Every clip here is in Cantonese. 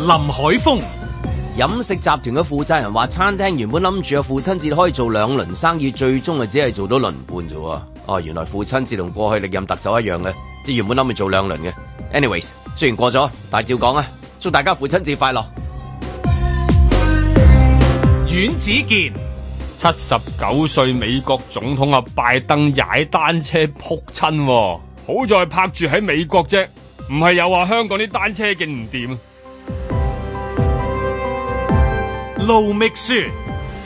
林海峰。飲食集團嘅負責人話：餐廳原本諗住啊父親節可以做兩輪生意，最終啊只係做到輪半啫喎。哦，原來父親節同過去歷任特首一樣嘅，即係原本諗住做兩輪嘅。anyways，雖然過咗，但係照講啊，祝大家父親節快樂。阮子健、七十九歲美國總統啊拜登踩單車撲親喎，好在拍住喺美國啫，唔係又話香港啲單車勁唔掂啊！盧覓雪、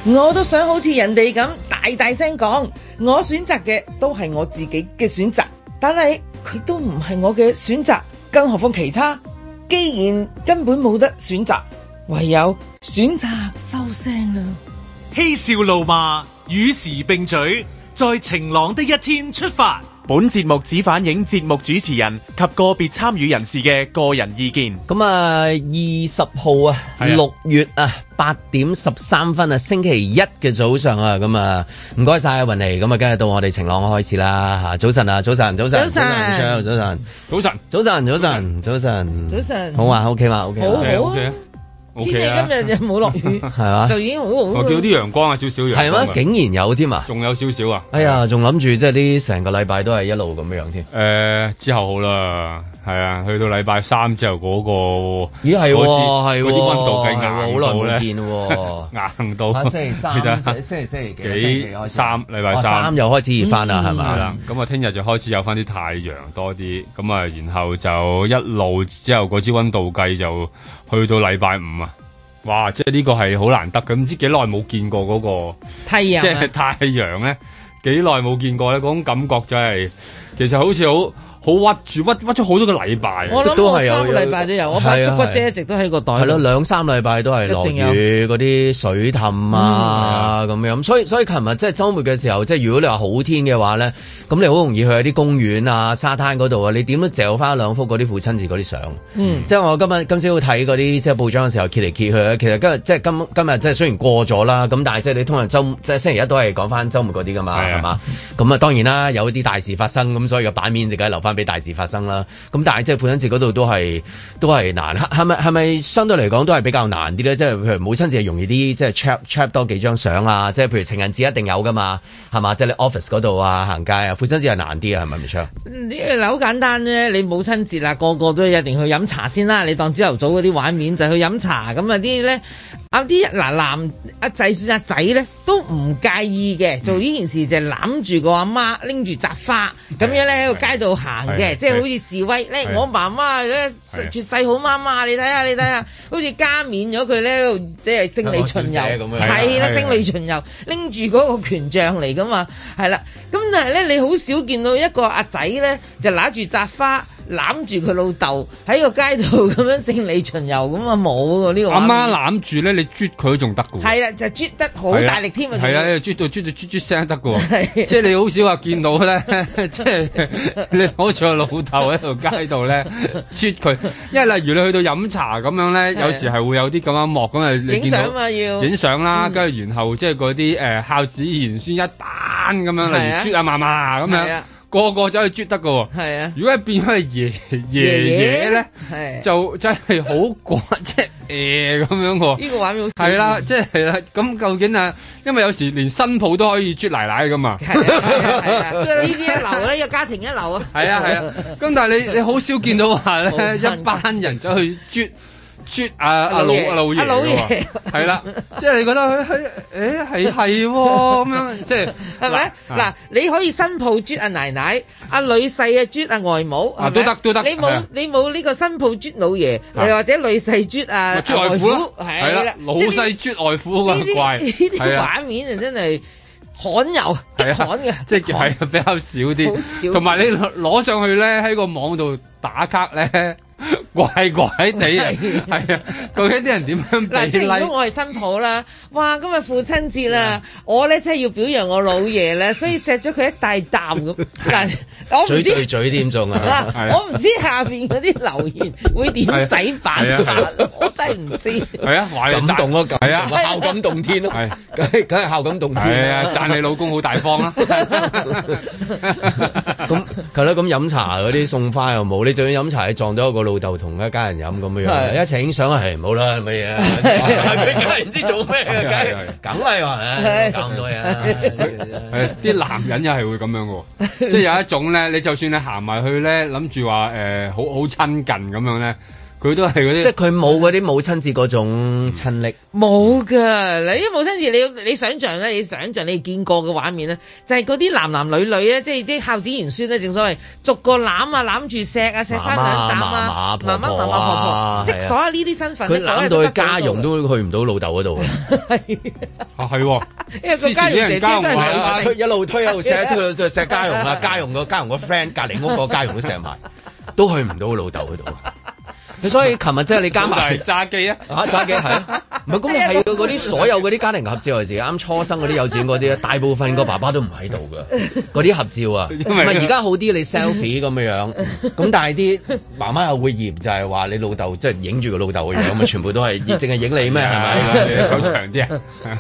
我都想好似人哋咁大大聲講，我選擇嘅都係我自己嘅選擇，但係佢都唔係我嘅選擇，更何況其他。既然根本冇得選擇，唯有選擇收聲啦。嬉笑怒罵，與時並舉，在晴朗的一天出發。本節目只反映節目主持人及個別參與人士嘅個人意見。咁啊，二十號啊，係啊六月啊，八點十三分啊，星期一嘅早上啊，咁啊，唔該晒啊，雲妮，咁啊，梗係到我哋晴朗開始啦嚇。早晨啊，早晨，早晨，早晨早晨，早晨，早晨，早晨，早晨，早晨，早晨好啊，OK 嘛，OK 嘛好啊誒 OK 啊天，OK 啊氣，今日就冇落 雨，係嘛就已經好好我叫啲陽光啊，少少陽係光啊咩？，竟然有添啊！仲有少少啊，哎呀，仲諗住即係呢成個禮拜都係一路咁樣添。誒、之後好啦，係啊，去到禮拜三之後嗰、咦係喎，嗰次係喎，嗰啲溫度計係喎硬好到耐咧冇見喎。個硬到，啊，星期三 其實，星星期星期幾？啊幾星期幾開始？三禮拜哦三三又開始熱翻啦，係係嘛啦？，咁啊，聽日就開始有翻啲太陽多啲，咁啊，然後就一路之後嗰支温度計就去到禮拜五啊，哇！即係呢個係好難得嘅，唔知幾耐冇見過嗰、個。太陽即係太陽咧，幾耐冇見過咧？嗰種感覺就係、其實好似好好屈住屈屈咗好多個禮拜啊。我諗都我係有三個禮拜都有，我把係啊縮骨遮一直都喺個袋係咯，度。兩三禮拜都係落一定有雨，嗰啲水氹嗯啊咁樣，所以所以琴日即係週末嘅時候，即係如果你話好天嘅話咧，咁你好容易去啲公園啊、沙灘嗰度啊，你點都嚼翻兩幅嗰啲父親節嗰啲相。嗯，即係我今日今朝睇嗰啲即係報章嘅時候揭嚟揭去咧，其實今日即係今今日即係雖然過咗啦，咁但係即係你通常周即係星期一都係講翻周末嗰啲噶嘛，係啊係嘛？咁啊當然啦，有啲大事發生，咁所以個版面就梗係留翻俾大事發生啦。咁但係即係父親節嗰度都係都係難，係係咪係咪相對嚟講都係比較難啲咧？即係譬如母親節係容易啲，即係 chap chap 多幾張相啊，即係譬如情人節一定有噶嘛，係嘛？即係你 office 嗰度啊，行街啊，父親節係難啲啊，係咪 Michelle？嗯呢個樓簡單啫，你母親節啦，個個都一定去飲茶先啦。你當朝頭早嗰啲畫面就去飲茶，咁啊啲咧啊啲嗱男阿仔算阿仔咧都唔介意嘅，做呢件事就係攬住個阿媽拎住扎花咁樣咧喺個街度行係嘅，啊即係好似示威咧係。啊我媽媽咧係啊絕世好媽媽，你睇下你睇下，好似加冕咗佢咧，即係勝利香港巡遊小姐咁樣係啦，係啊勝利巡遊拎住嗰個權杖嚟噶嘛，係啦。咁但係咧，你好少見到一個阿仔咧就揦住扎花攬住佢老豆喺個街度咁樣勝利巡遊咁啊冇喎呢個畫阿面。媽攬住咧，你啜佢仲得㗎喎。係啦，就啜得好係啊大力添啊！係啊，啜到啜到啜啜聲得㗎 係喎。即係你好少話見到咧， 即係你攞住個老豆喺度街度咧啜佢，因為例如你去到飲茶咁樣咧，有時係會有啲咁樣幕咁啊，你影見到相。嗯嘛要。影相啦，跟住然後即係嗰啲誒孝子賢孫一班咁樣，係啊例如啜阿嫲嫲咁係樣啊，個個走去啜得嘅喎。係啊，如果變咗係爺爺爺咧，係啊就真係好怪，即係誒咁樣喎。呢個畫面好少係啦，即係啦，咁究竟啊？因為有時連新抱都可以啜奶奶㗎 嘛。係啊係啊係 啊，呢啲一流啦，呢個家庭一流啊。係啊係啊，咁但係你你好少見到話 冇咧，分一班人走去啜啜阿阿阿老老爺阿老爺阿老嘅爺喎，係啦，即係你覺得佢佢誒係係喎咁 樣，即係係咪？嗱，你可以新抱啜阿奶奶，阿女婿啊啜阿外母，啊係咪都得都得你係冇啊你冇呢個新抱啜老爺，啊又或者女婿啜阿啜外外父父咯，，係係啦啦，，老即係呢細啜外父呢嗰個怪，啲呢係啲啊。畫面啊真係罕有，係極啊罕 嘅，即極罕係係比較少好啲，少同埋你攞攞上去咧喺個網度打卡咧， 怪怪 地啊，係啊，究竟啲人點樣嗱，即俾係如 like？果我係新抱啦，哇！今日父親 節啦，我咧真係要表揚我老爺咧，所以錫咗佢一大啖咁。嗱，我唔嘴知對嘴添仲啊！係啊我唔知下邊嗰啲留言會點洗哎版係啊係啊法，我真係唔知。係啊，話感你動咯，感係啊動啊，孝感動天咯，係梗係梗係孝感動天係啊啦，。讚你老公好大方啊 啦，咁係咯，咁飲茶嗰啲送花又冇，你就算飲茶，你撞到一個老豆同一家人飲咁樣樣，係一齊影相係冇啦，係咪 啊？係咪梗係唔知做咩啊？係梗係係係梗係話唉搞咁多嘢啊。係啲男人又係會咁樣嘅 喎，即係有一種咧，你就算你行埋去咧，諗住話誒好好親近咁樣咧，佢都係嗰啲即係佢冇嗰啲母親節嗰種親力，冇噶，你因為母親節，你要你想象咧，你想象你見過嘅畫面咧，就係嗰啲男男女女咧，即係啲孝子賢孫咧，正所謂逐個攬啊，攬住錫啊，錫翻兩啖啊，媽媽婆婆媽媽媽媽婆啊婆，即係係啊所有呢啲身份佢咧，攬到去家用，都去唔到老豆嗰度啊！啊係喎。因為個家用姐姐都係之前啲人家用男佢性啊一路推一啊路 錫，推到錫家 用啦，家用個家用個 friend 隔離屋個家用都錫埋， 都去唔到老豆嗰度啊。所以琴日即係你加埋 咁就係。炸機啊！啊，揸機係啊，唔係咁係嗰啲所有嗰啲家庭合照嚟自啱初生嗰啲幼稚園嗰啲 咧，大部分個爸爸都唔喺度噶， 嗰啲合照啊，唔因為係而家好啲你 selfie 咁樣樣，咁但係啲媽媽又會嫌就係話你老豆即係影住個老豆嘅樣咁啊，全部都 係淨係影你咩係咪？咪？手長啲 啊！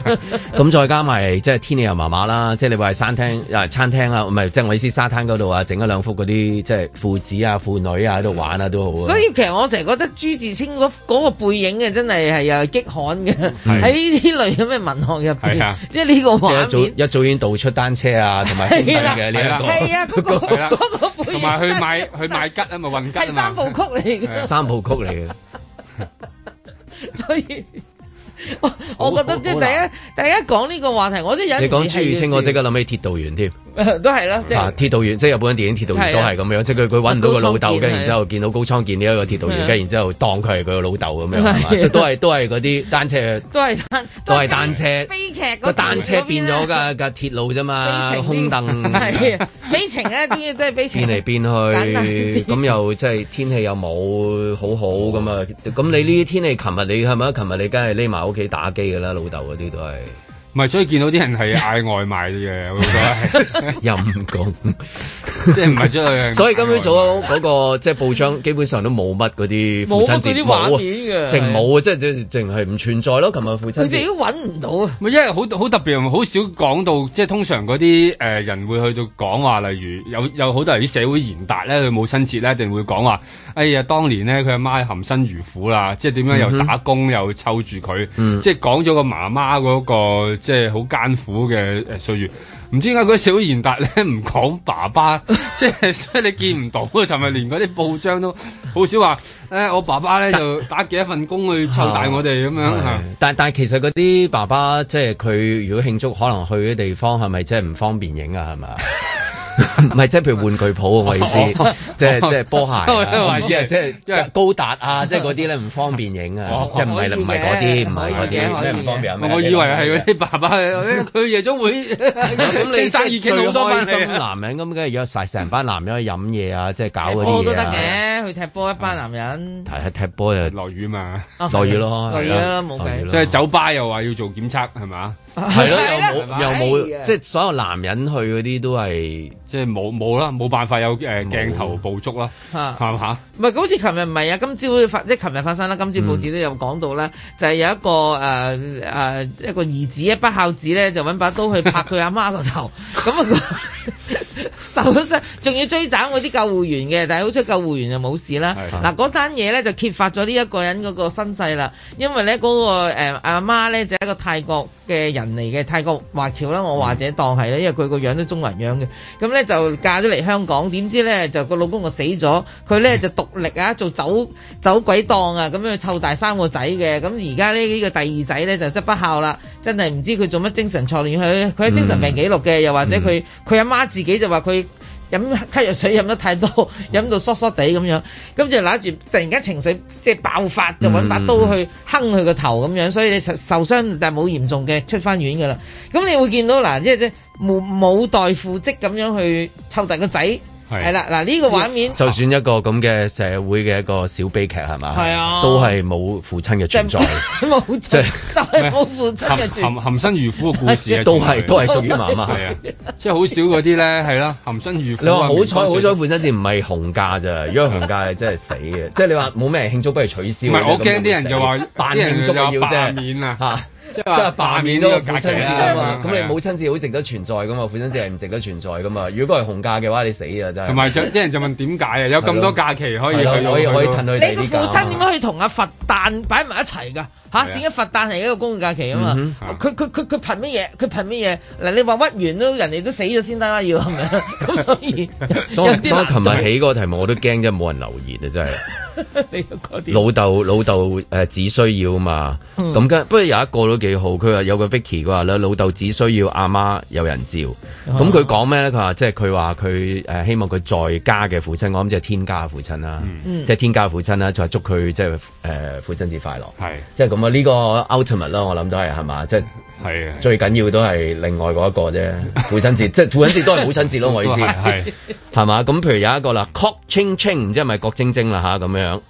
咁再加埋即係天氣又麻麻啦，即係你話係餐廳啊、餐廳啊，唔係即係我意思沙灘嗰度啊，整一兩幅嗰啲即係父子啊、父女啊喺度玩啊都好啊所。以其實我成日覺得朱自清嗰嗰個背影嘅真係係啊激罕嘅，喺呢啲類咁嘅文學入係邊啊，即係即係一呢個畫面早一早已經導出單車啊，同埋兄弟嘅呢一個。係啊，嗰個係啦 嗰個 背同影埋去買去買吉啊嘛，運吉啊啊係嘛三部。曲嚟嘅。三部曲嚟嘅，啊所 以我我覺得即係大家大家講呢個話題，我都有你講朱雨清，我即刻諗起鐵道員添。 都係啊啦，即啊係，鐵道員即係日本電影鐵道員都係咁樣，即係佢佢揾唔到個老豆，跟住然之後見到高倉健呢一個鐵道啊員，跟住然之後當佢係佢個老豆咁樣，係嘛都係都係嗰啲單車都係單都係單車悲劇嗰啊個單車變咗架架鐵路啫嘛，悲情啲空凳係啊悲情咧，啲嘢都係悲情變嚟變簡單去，啲咁又即係天氣又冇好好咁啊！咁你呢啲天氣，琴日你係咪？琴日你梗係匿埋屋企打機㗎啦，老豆嗰啲都係。唔係，所以見到啲人係嗌外賣嘅，我覺得係 陰公，即係唔係出去。所以今朝早啊嗰個即係報章基本上都冇乜嗰啲父親冇乜嗰節啲冇畫啊，面嘅，淨冇啊，即係即係淨係唔存在咯。琴日父佢親哋節都揾唔到啊！咪因為好好特別，好少講到，即係通常嗰啲誒人會去到講話，例如有有好多人啲社會賢達咧，佢母親節咧，一定會講話，哎呀，當年咧佢阿媽含辛茹苦啦，即係點樣又打工又湊住佢，即係講咗個媽媽嗰、個即係好艱苦嘅誒歲月。唔知點解嗰啲社會賢達咧唔講爸爸， 即係所以你見唔到啊！尋日連嗰啲報章都好少話，誒、我爸爸咧就打幾多份工去湊大我哋咁樣係嚇。但但係其實嗰啲爸爸即係佢如果慶祝，可能去嘅地方係咪即係唔方便影啊？係咪啊？唔係，即係譬如玩具鋪啊，我意思，即係即係波鞋啊，我唔知啊，即因係為高達啊，即係嗰啲咧唔方便影啊哦，即係唔係唔係嗰啲，唔係嗰可以嘅啲可以嘅咩唔方便啊？咩我以為係嗰啲爸爸，誒佢夜總會 咁你傾生意即係傾最好多班開死心啊男人咁，梗係約晒成班男人去飲嘢啊，即係搞嗰波啲都得嘢啊。嘅，去踢波一班 男人踢踢波就落雨嘛，落雨咯，落雨啦冇計即係就酒吧又話要做檢測係嘛，係咯，又係冇啦又哎冇，呀即係所有男人去嗰啲都係即係冇冇啦，冇辦法有誒鏡頭捕捉啦，啊嚇。係嘛？唔係，好似琴日唔係啊，今朝發即係琴日發生啦，今朝報紙都有講到啦，就係有一個誒誒、呃一個兒子一不孝子咧，就揾把刀去拍佢阿媽 個頭，咁啊 佢受咗傷，仲要追斬嗰啲救護員嘅，但係好彩救護員就冇事啦。係嗱嗰單嘢咧就揭發咗呢一個人嗰個身世啦，因為咧嗰、個誒阿媽咧就係一個泰國嘅人嚟嘅，泰國華僑啦，我或者當係咧，因為佢個樣都中國人樣嘅。咁咧就嫁咗嚟香港，點知咧就個老公就死咗，佢咧就獨力啊做走走鬼檔啊，咁樣湊大三個仔嘅，咁而家呢呢個第二仔咧就真不孝啦，真係唔知佢做乜精神錯亂，佢佢有精神病記錄嘅，又或者佢佢阿媽自己就話佢。飲咳藥水飲得太多，飲到疏疏地咁樣，咁就揦住突然間情緒即係爆發，就揾把刀去哼佢個頭咁樣，所以你受受傷但係冇嚴重嘅，出翻院噶啦。咁你會見到嗱，即係即係冇冇代父職咁樣去湊大個仔，係係啦，嗱呢個畫面就算一個咁嘅社會嘅一個小悲劇係嘛，係啊都係冇父親嘅存就在， 冇錯，就係冇父親含嘅含存含辛茹苦嘅故事啊， 都係都係屬於媽媽。係啊，即係好少嗰啲咧，係啦，含辛茹苦啊。你話好彩面好乾彩水父親節唔係紅價咋，如果係紅價真係死嘅。即係你話冇咩人慶祝，不如取消。唔係我驚啲人咁就話會死扮啲人慶祝就話啊要罷啫免啊嚇。即即係罷免都父親節啊嘛，咁係你母親節好值得存在噶嘛，父親節係唔值得存在噶嘛。如果係紅價嘅話，你死啊真係。同埋就啲人就問點解啊？有咁多假期可以去係到咯可以可去以到褪去在。你個第二父啲假親點樣去同阿佛誕擺埋一齊㗎？嚇，係啊點解佛誕係一個公共假期啊嘛嗯？佢佢佢佢憑乜嘢？佢憑乜嘢？嗱，你話屈完都人哋都死咗先得啦，要 係咪啊？咁所以當有我當啲我琴難日起嗰個題目，我都驚啫，冇人留言啊，真 係。老豆老豆誒只需要嘛，嗯咁跟不過有一個都幾好，佢話有個 Vicky 佢話咧老豆只需要阿媽有人照，哦咁佢講咩咧？佢話即係佢話佢誒希望佢在家嘅父親，我諗即係天家嘅父親啦，嗯即係天家嘅父親啦，就係祝佢即係誒父親節快樂，係即係咁啊！呢個 ultimate 啦，我諗都係係嘛，即係。係啊，最緊要都係另外嗰一個啫，父親節，即係父親節都係母親節咯，我意思係 係係嘛？咁譬如有一個啦，cock ching ching，唔知係咪郭晶晶啦吓，咁樣，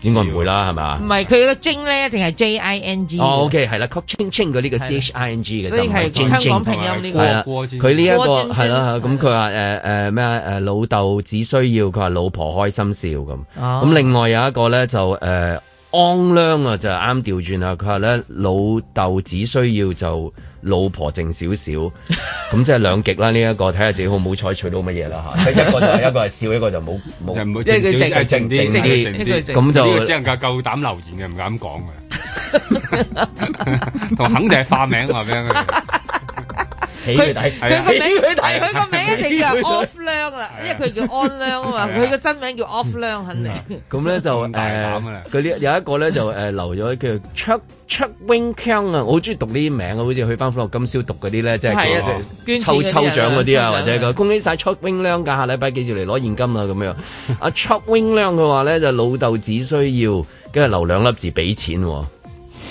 應該唔會啦，係嘛唔？係佢個精咧，一定係 J I N G。哦，OK，係啦，cock ching ching 嗰呢個 C H I N G 嘅，所以係就唔係 ching 香 ching 港拼音呢啊係個啦，過節佢呢一個過節係啦，咁佢話誒誒咩啊誒老豆只需要佢話老婆開心笑咁，哦咁另外有一個咧就誒安良啊就啱調轉啦，佢話咧老豆只需要就老婆靜少少， 咁即係兩極啦呢一個，睇下自己好唔好彩取到乜嘢啦嚇，即係一個就係一個係笑，一個就冇 就唔冇好因為佢靜少靜靜啲靜靜啲因為佢啲靜咁就呢個只能夠夠膽留言嘅，唔敢 講嘅。同肯定係化名話俾你聽起佢底。係佢啊個名佢係啊佢個名一定係叫啊 Off 亮啦，因為佢叫安亮啊係嘛，啊嗯佢個真名叫 Off 亮肯定。咁咧就誒，咁大膽㗎啦佢呢有一個咧就誒留咗叫 Chuck Chuck Wing Kang 啊，我好中意讀呢啲名啊，好似去翻歡樂今宵讀嗰啲咧，即係係啊叫捐錢抽嗰啲啊抽獎嗰啲啊，抽獎或者個恭喜晒 Chuck Wing 亮㗎，下禮拜記住嚟攞現金啦咁樣。阿 Chuck Wing 亮佢話咧就老豆只需要跟住留兩粒字俾錢喎，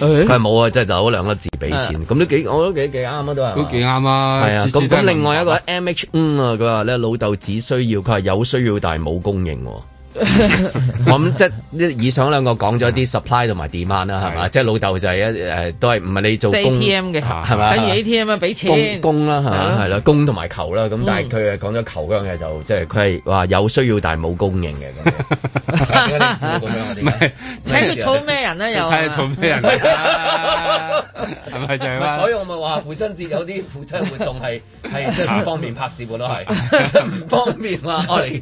佢話冇啊，即係留咗兩粒字俾錢，咁都幾我都幾幾啱啊都係都嘛。幾啱啊！係啊，次次咁都係咁另外一個文 M H 嗯啊，佢話咧老豆只需要，佢話有需要但係冇供應喎。 我諗即係以上兩個講咗啲 supply 同埋 demand 啦，係嘛？係即係老豆就係一誒都係唔係你做即係工 ATM 嘅係嘛？等於 ATM 啊，俾供錢。供啦，係係啊嘛？咯係啦，供同埋求啦。嗯咁但係佢係講咗求嗰樣嘢就即係佢係話有需要但係冇供應嘅 咁樣。點解你笑到咁樣啊點解請佢儲咩人咧？又啊睇下做咩人 啦，係咪就係咪話所以我咪話父親節有啲父親活 動係係即係唔方便拍攝嘅都係， 即係唔方便話我嚟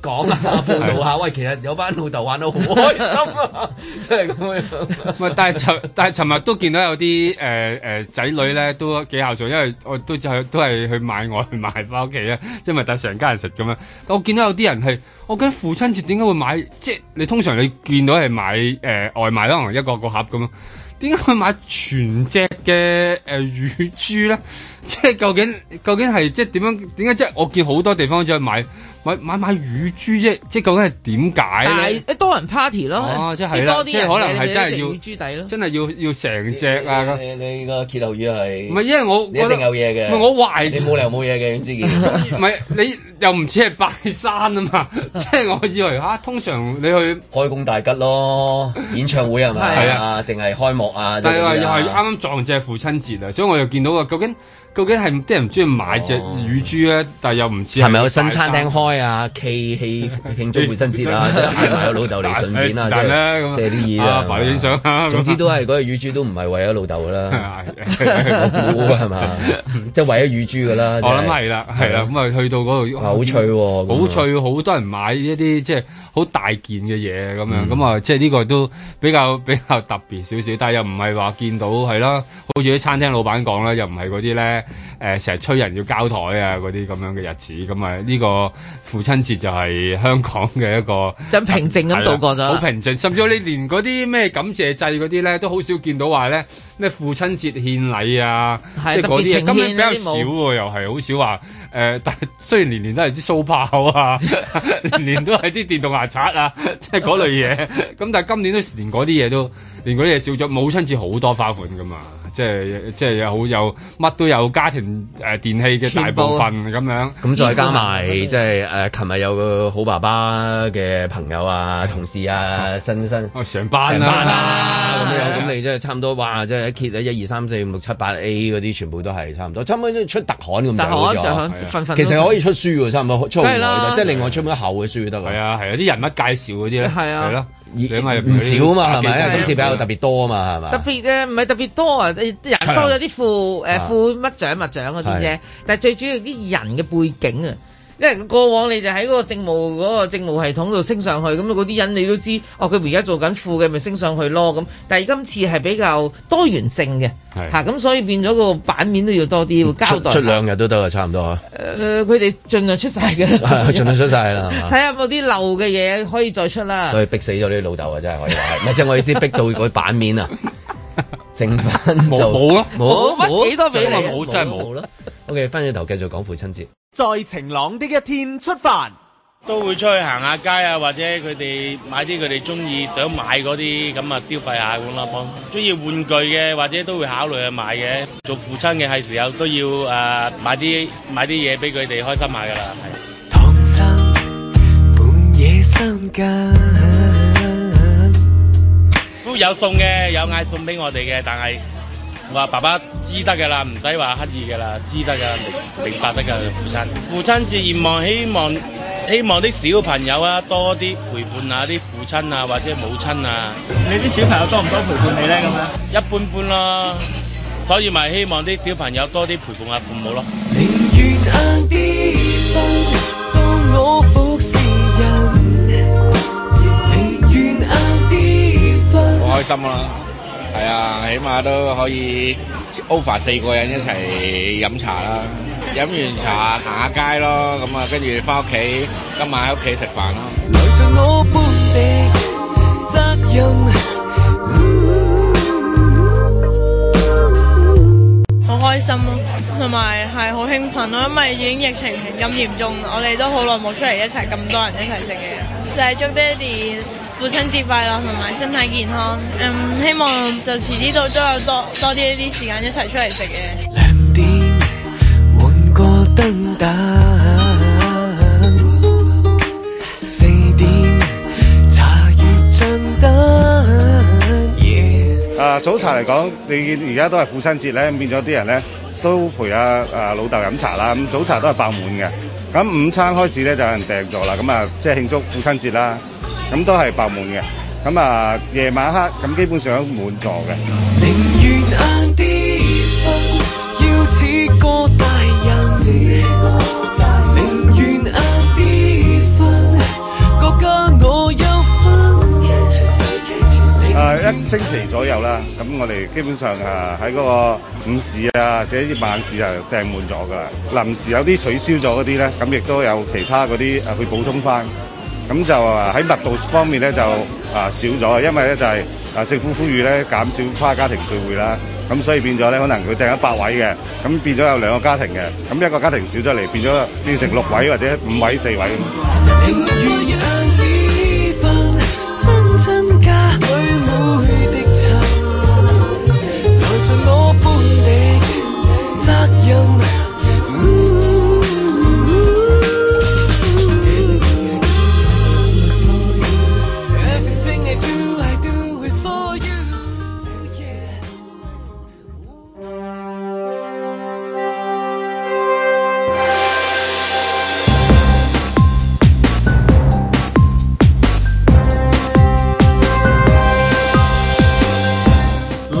講啊報導下，喂，其實有班老豆玩到好開心 啊，即係咁樣。唔係，啊但係尋但係尋日都見到有啲誒誒仔女咧都幾孝順，因為我都就係都係去買外賣翻屋企啊，因為但係成家人食咁樣。但我見到有啲人係，我覺得父親節點解會買？即係你通常你見到係買誒、呃外賣啦，可能一個個盒咁樣。點解會買全隻嘅誒乳豬咧？ 即係究竟究竟係即係點樣？點解即係我見好多地方就買買買買乳豬啫？即係究竟係點解大咧？多人 party 咯哦，即即係係啦多啲即係人可能係你真係俾一隻要乳豬底咯。真係要要成隻啊！咁你你個歇後語唔係係，因為我你一覺定有得嘢唔嘅，係我懷你疑，冇理由冇嘢嘅，阮之健。 唔係你又唔似係拜山啊 嘛，即係我以為嚇、啊通常你去，開工大吉咯，演唱會係咪係啊？定係開幕啊？但係話即又嗰啲啊係啱啱撞正父親節啊，所以我又見到啊，究竟究竟係啲人中意買只乳豬咧，但係又唔似哦係咪有新餐廳開啊？企氣慶祝父親 節啊，即係嗌埋個老豆嚟順便啊，但咧咁即係即係啲嘢啊，埋你影啊。相啊，總之都係嗰個乳豬都唔係為咗老豆㗎啦，我 係估係嘛？即係為咗乳豬㗎啦。我諗係啦，係啦，咁啊去到嗰度哇好脆喎，咁啊好。脆，好多人買一啲即係好大件嘅嘢咁嗯樣，咁啊即係呢個都比較 比較特別少少，但係又唔係話見到係啦，好似啲餐廳老闆講啦，又唔係嗰啲咧誒成日催人要交台啊嗰啲咁樣嘅日子，咁啊呢個父親節就係香港嘅一個。就平靜咁度過咗係啦好啦。平靜，甚至你連嗰啲咩感謝祭嗰啲咧，都好少見到話咧咩父親節獻禮啊，係即係嗰啲啊特別呈現根本比較呢啲少冇喎，又係好少話誒，但係雖然年年都係啲鬚炮啊， 年年都係啲電動牙刷啊，即係嗰類嘢，咁但係今年都連嗰啲嘢都連嗰啲嘢少咗。母親節好多花款噶嘛，即係即係有好有乜都有家庭誒、呃、電器嘅大部分咁樣。咁再加埋即係誒，琴日有個好爸爸嘅朋友啊、同事啊、新新哦，上班成班啦啊咁樣，咁你即係差唔多，哇！即係一揭一二三四五六七八 A 嗰啲，全部都係差唔多，差唔多出特刊咁滯但好我似就話響啊瞓瞓。其實可以出書喎，差唔多出好梗耐係啦，即係另外出本厚嘅書都得㗎係。啊係啊，啲人物介紹嗰啲咧係啊係咯，兩個入唔少啊嘛，係咪？因為啊今次比較特別多啊嘛，係特嘛？別誒唔係特別多啊，人多咗啲副係誒啊副乜獎乜獎嗰啲係啫，但係最主要啲人嘅背景啊。因為過往你就喺嗰個政務嗰、個政務系統度升上去，咁嗰啲人你都知，哦佢而家做緊副嘅咪升上去咯咁。但係今次係比較多元性嘅，係嚇咁、所以變咗個版面都要多啲要交出代。出兩日都得啊，差唔多啊， 誒佢哋盡量出晒嘅，係盡睇量出晒啦， 係嘛？下有冇啲漏嘅嘢可以再出啦。佢逼死咗啲老豆啊，真係可以話係，唔係即係我意思逼到個版面啊，剩翻就冇冇咯冇冇乜幾多俾你冇啊冇真係冇啦。OK，翻轉頭繼續講父親節。在晴朗的一天出發。都會出去行下街啊，或者佢哋買啲佢哋中意想買嗰啲咁啊消費下咁咯，幫中意玩具嘅或者都會考慮去買嘅。做父親嘅係時候都要誒、呃、買啲買啲嘢俾佢哋開心下噶啦。係唐生半夜三更。都有送嘅，有嗌送俾我哋嘅，但係我話爸爸知得噶啦，唔使話刻意噶啦，知得噶，明明白得噶父親。父親節願望希望希望啲小朋友啊多啲陪伴下啲父親啊或者母親啊。你啲小朋友多唔多陪伴你咧咁樣？一般般咯，所以咪希望啲小朋友多啲陪伴下父母咯。寧願晏啲瞓，當我服侍人。寧願晏啲瞓。好開心啦！係啊，起碼都可以 over 四個人一齊飲茶啦，飲完茶行下街咯，咁啊跟住翻屋企，今晚喺屋企食飯咯。來盡我半地責任。好開心咯，同埋係好興奮咯，因為已經疫情咁嚴重，我哋都好耐冇出嚟一齊咁多人一齊食嘢，就係祝爹哋父親節快樂同埋身體健康。嗯，希望就遲啲到都有多多啲呢啲時間一齊出嚟食嘢。兩點換個燈膽，四點茶餘醬燈。Yeah 啊，早茶嚟講，你而家都係父親節咧，變咗啲人咧都陪阿啊老豆飲茶啦。咁早茶都係爆滿嘅。咁午餐開始咧就有人訂咗啦，咁啊即係慶祝父親節啦。咁都係爆滿嘅。咁啊夜晚黑咁基本上都滿座嘅。寧願晏啲瞓，要似個大人。寧願晏啲瞓，個家我有份。啊，一星期左右啦，咁我哋基本上啊喺嗰個午市啊，或者啲晚市啊訂滿咗噶啦。臨時有啲取消咗嗰啲咧，咁亦都有其他嗰啲啊去補充翻。咁就啊喺密度方面咧就啊少咗，因為咧就係、啊政府呼籲咧減少跨家庭聚會啦。咁所以變咗咧，可能佢訂一百位嘅，咁變咗有兩個家庭嘅，咁一個家庭少咗嚟，變咗變成六位或者五位四位咁。寧願晏啲瞓，親親家裏每滴塵，就盡我半地責任。Everything I do, I do it for you. Yeah. 林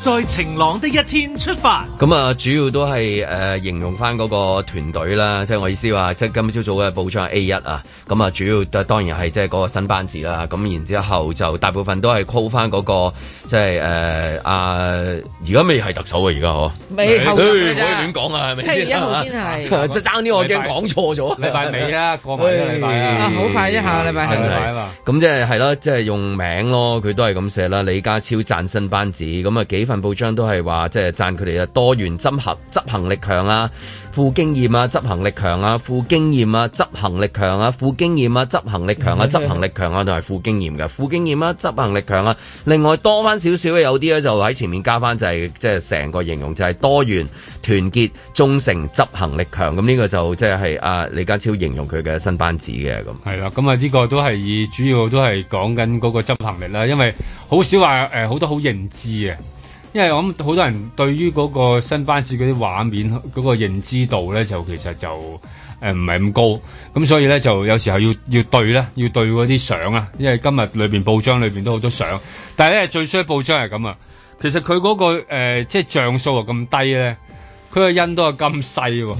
在晴朗的一天出發。咁啊，主要都係誒、呃形容翻嗰個團隊啦，即係我意思話，即係今朝早嘅報章係 A 一啊，咁啊主要當然係即係嗰個新班子啦，咁然之後就大部分都係 call 翻嗰個即係誒啊，而家未係特首啊，而家嗬，未後唉生唔可㗎以咋亂講啊，係咪七月一號先係即係爭啲我驚講錯 咗，禮拜尾啦，過埋呢個禮拜啊啦，好快一下禮拜真真係係。咁即係係咯，即係用名咯，佢都係咁寫啦。李家超讚新班子，咁啊幾份份報章都係話，即係讚佢哋嘅多元執行執行力強啊，富經驗啊，執行力強啊，富經驗啊，執行力強啊，富經驗啊，執行力強啊，執行力強啊，同埋富經驗嘅富經驗啊，執行力強啊。另外多翻少少嘅有啲咧，就喺前面加翻就係即係成個形容就係多元、團結、忠誠、執行力強。咁呢個就即係啊李家超形容佢嘅新班子嘅咁。係啦，咁啊呢個都係以主要都係講緊嗰個執行力啦，因為好少話誒好多好認知嘅，因為我諗好多人對於嗰個新班子嗰啲畫面嗰、個認知度咧，就其實就誒唔係咁高，咁所以咧就有時候要要對咧，要對嗰啲相啊，因為今日裏邊報章裏邊都好多相，但係咧最衰報章係咁啊，其實佢嗰、個、呃、即係像素啊咁低咧，佢個印都係咁細喎，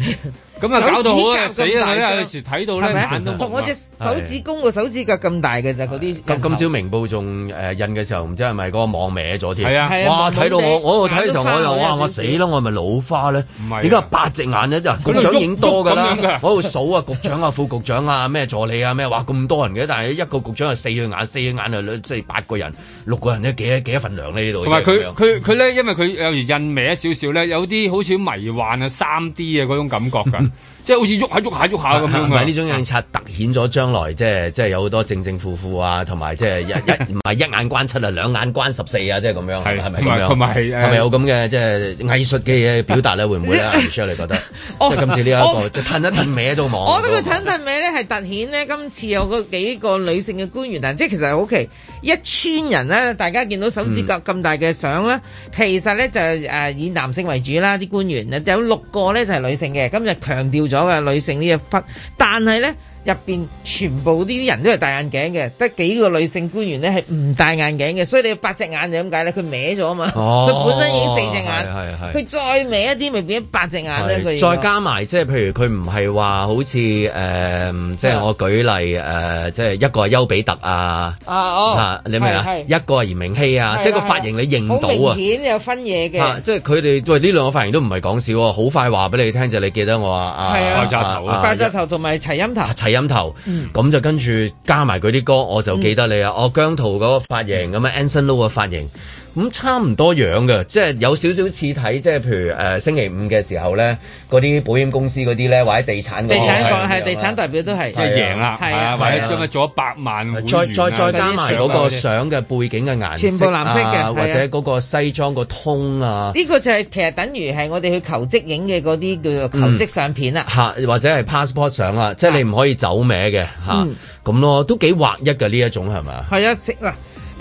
咁啊搞到好啊死手指啦！甲咁大啫有時睇到咧係咪啊眼都蒙我啊隻手指公個手指甲咁大嘅咋嗰啲。今今朝明報仲誒印嘅時候，唔知係咪嗰個網歪咗添？係啊係啊哇！網網睇到我，我我睇嘅時候眼我都花就咗哇！有我少死少啦！我係咪老花咧？係啊點解有八隻眼咧？嗱，局長影多㗎啦喐喐咁樣㗎，我喺度數啊，局長啊、副局長啊、咩助理啊、咩哇咁多人嘅，但係一個局長係四對眼，四對眼啊，兩即係八個人，六個人咧幾多幾多份糧呢？呢度同埋即係佢咁樣佢佢咧，因為佢呃有時印歪少少咧，有啲好似迷幻啊、三 D 嘅嗰種感覺 㗎，即係好似喐下喐下喐下咁樣啊啊唔係呢㗎。種印刷突顯咗將來，即係即係有好多正正負負啊，同埋即係一一唔係一眼關七啊，兩眼關十四啊，即係咁樣，係係咪同咁埋樣？同埋係誒係咪有咁嘅即係藝術嘅嘢表達咧？會唔會 咧？Michelle 你覺得？即我係今次呢一個我即係褪一褪歪都望。哦我覺得佢騰騰尾咧係突顯咧，今次有個幾個女性嘅官員，但即係其實係好奇一村人咧，大家見到手指甲咁大嘅相咧，其實咧就誒以男性為主啦，啲官員有六個咧就係女性嘅，今日強調咗嘅女性呢一忽，但係咧。入邊全部呢啲人都係戴眼鏡嘅，得幾個女性官員咧係唔戴眼鏡嘅，所以你要八隻眼就咁解咧，佢歪咗啊嘛，佢、哦本身已經四隻係係係眼，佢再歪一啲咪變咗八隻眼咧，佢係要再加埋即係譬如佢唔係話好似誒、即係我舉例誒、即係一個係丘比特啊。啊哦，啊你明啊？係係一個係嚴明熙啊，即係個髮型你認到好啊！明顯有分嘢啊嘅，即係佢哋喂呢兩個髮型都唔係講笑喎，好快話俾你聽就你記得我啊啊係啊爆炸頭啊爆炸嗯頭同埋齊音頭，齊音頭，咁就跟住加埋佢啲歌，我就記得你啊！嗯哦，姜濤嗰個髮型，咁啊 Anson Lo 嘅髮型，咁差唔多樣嘅，即係有少少似睇，即係譬如誒、呃星期五嘅時候咧，嗰啲保險公司嗰啲咧，或者地產嗰啲地產係個係地產代表都即係係。贏啦，係係啊啊，或係啊者將佢做咗百萬會員啊再再再加埋嗰個個相嘅背景嘅顏色，全部藍色嘅啊係啊或者嗰個西裝個通啊，呢個就係其實等於係我哋去求職影嘅嗰啲叫做求職相片啦。嚇，或者係 passport 相啦，即係你唔可以走歪嘅啊嚇，咁咯，都幾劃一嘅呢一種係咪啊？係啊，食嗱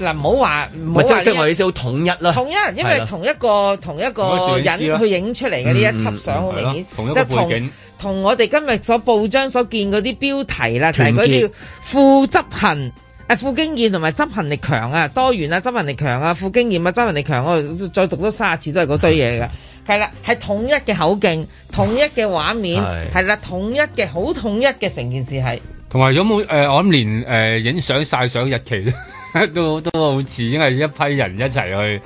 嗱唔好話唔唔好係即話係即係我呢意思好統一啦，同一人，因係為啦同一個同一個同一個攝影師啦人去影出嚟嘅呢一輯相好明顯嗯，嗯嗯係咯同一即個係同背景同我哋今日所報章所見嗰啲標題啦，就係嗰團啲結富執行。誒富經驗同埋執行力強啊，多元啊，執行力強啊，富經驗啊，執行力強，我再讀多三十次都係嗰堆嘢㗎。係啦，係統一嘅口徑，統一嘅畫面，係係啦，統一嘅好統一嘅成件事係。同埋有冇誒？我諗連誒影相晒相日期都都 都好似，因為一批人一齊去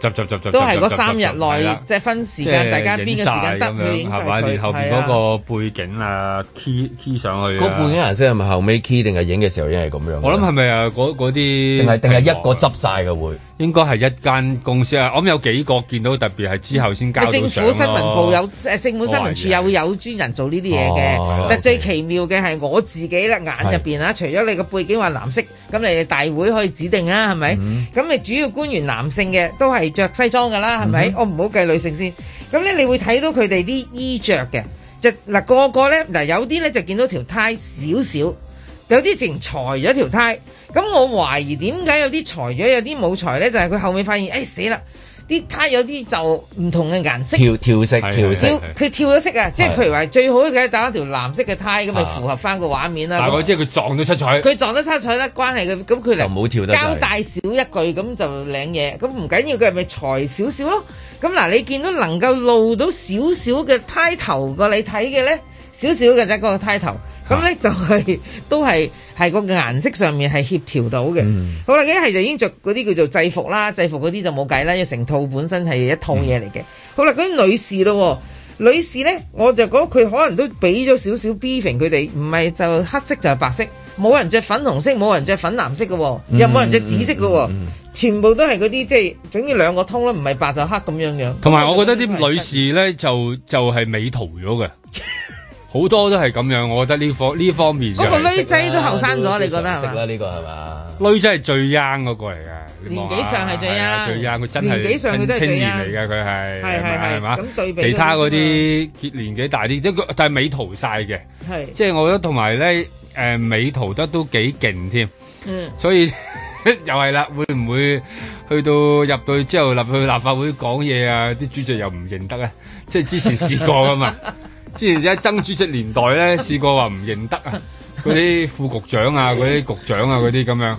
集集集集，都係嗰三日係內啦，即係分時間，大家邊個時間得咁樣去影晒係嘛？佢。連後邊係啊嗰個背景啊，key key 上去啊嗰半嘅顏色係咪後尾 key 定係影嘅時候已經係咁樣？我諗係咪啊？嗰嗰啲定係定係一個屏幕啊執晒嘅會，應該係一間公司啊！我諗有幾個見到特別係之後先交到政府相新聞部咯哦有誒政府新聞處有有專人做呢啲嘢哦嘅， okay 但最奇妙嘅係我自己啦，眼入邊啦，啊除咗你個背景話藍色，咁你哋大會可以指定啊啦，係咪？嗯咁你主要官員男性嘅都係着西裝㗎啦，係嗯咪？我唔好計女性先，咁咧你會睇到佢哋啲衣着嘅，就嗱個個咧嗱有啲咧就見到條呔少少。有啲直情裁咗條呔，咁我懷疑點解有啲裁咗，有啲冇裁咧？就係、佢後尾發現，誒、死啦！啲呔有啲就唔同嘅顏色，跳跳色係跳係色係跳佢跳咗色啊！即係係譬如話最好嘅打一條藍色嘅呔咁咪啊符合翻個畫面啦。但係我咁即係佢撞到七彩，佢撞得差彩得關係嘅，咁佢就唔好跳得滯交代少一句咁就領嘢，咁唔緊要，佢係咪裁少少咯？咁嗱，你見到能夠露到少少嘅胎頭個你睇嘅咧，少少嘅啫嗰個胎頭，咁咧就係、 都係係個顏色上面係協調到嘅。嗯好啦，一係就已經着嗰啲叫做制服啦，制服嗰啲就冇計啦，因為成套本身係一套嘢嚟嘅。好啦，嗰啲女士咯喎。女士咧，我就覺得佢可能都俾咗少少 briefing 佢哋，唔係就嗯黑色就係白色，冇人着粉紅色，冇人着粉藍色嘅喎，又冇人着紫色嘅喎，全部都係嗰啲即係總之兩個通啦，唔係白就黑咁樣樣。同埋我覺得啲女士咧就就係美圖咗嘅，好多都係咁樣。我覺得呢方呢方面就嗰係個女仔都後生咗，你覺得係識嘛？啦呢個係嘛？女仔係最 young 嗰個嚟嘅，你望下年紀上係最 young 係啊最 young 佢真係年紀上佢都係最青 young 年嚟嘅，佢係係係係係嘛？咁對比其他嗰啲年紀大啲，即係佢但係美圖晒嘅，係即係我覺得同埋咧誒美圖得都幾勁添，嗯所以 又係啦，會唔會去到入到去之後入去立法會講嘢啊？啲主席又唔認得咧，即係之前試過噶嘛。之前喺曾主席年代咧，試過話唔認得啊，嗰啲副局長啊，嗰啲局長啊，嗰啲咁樣，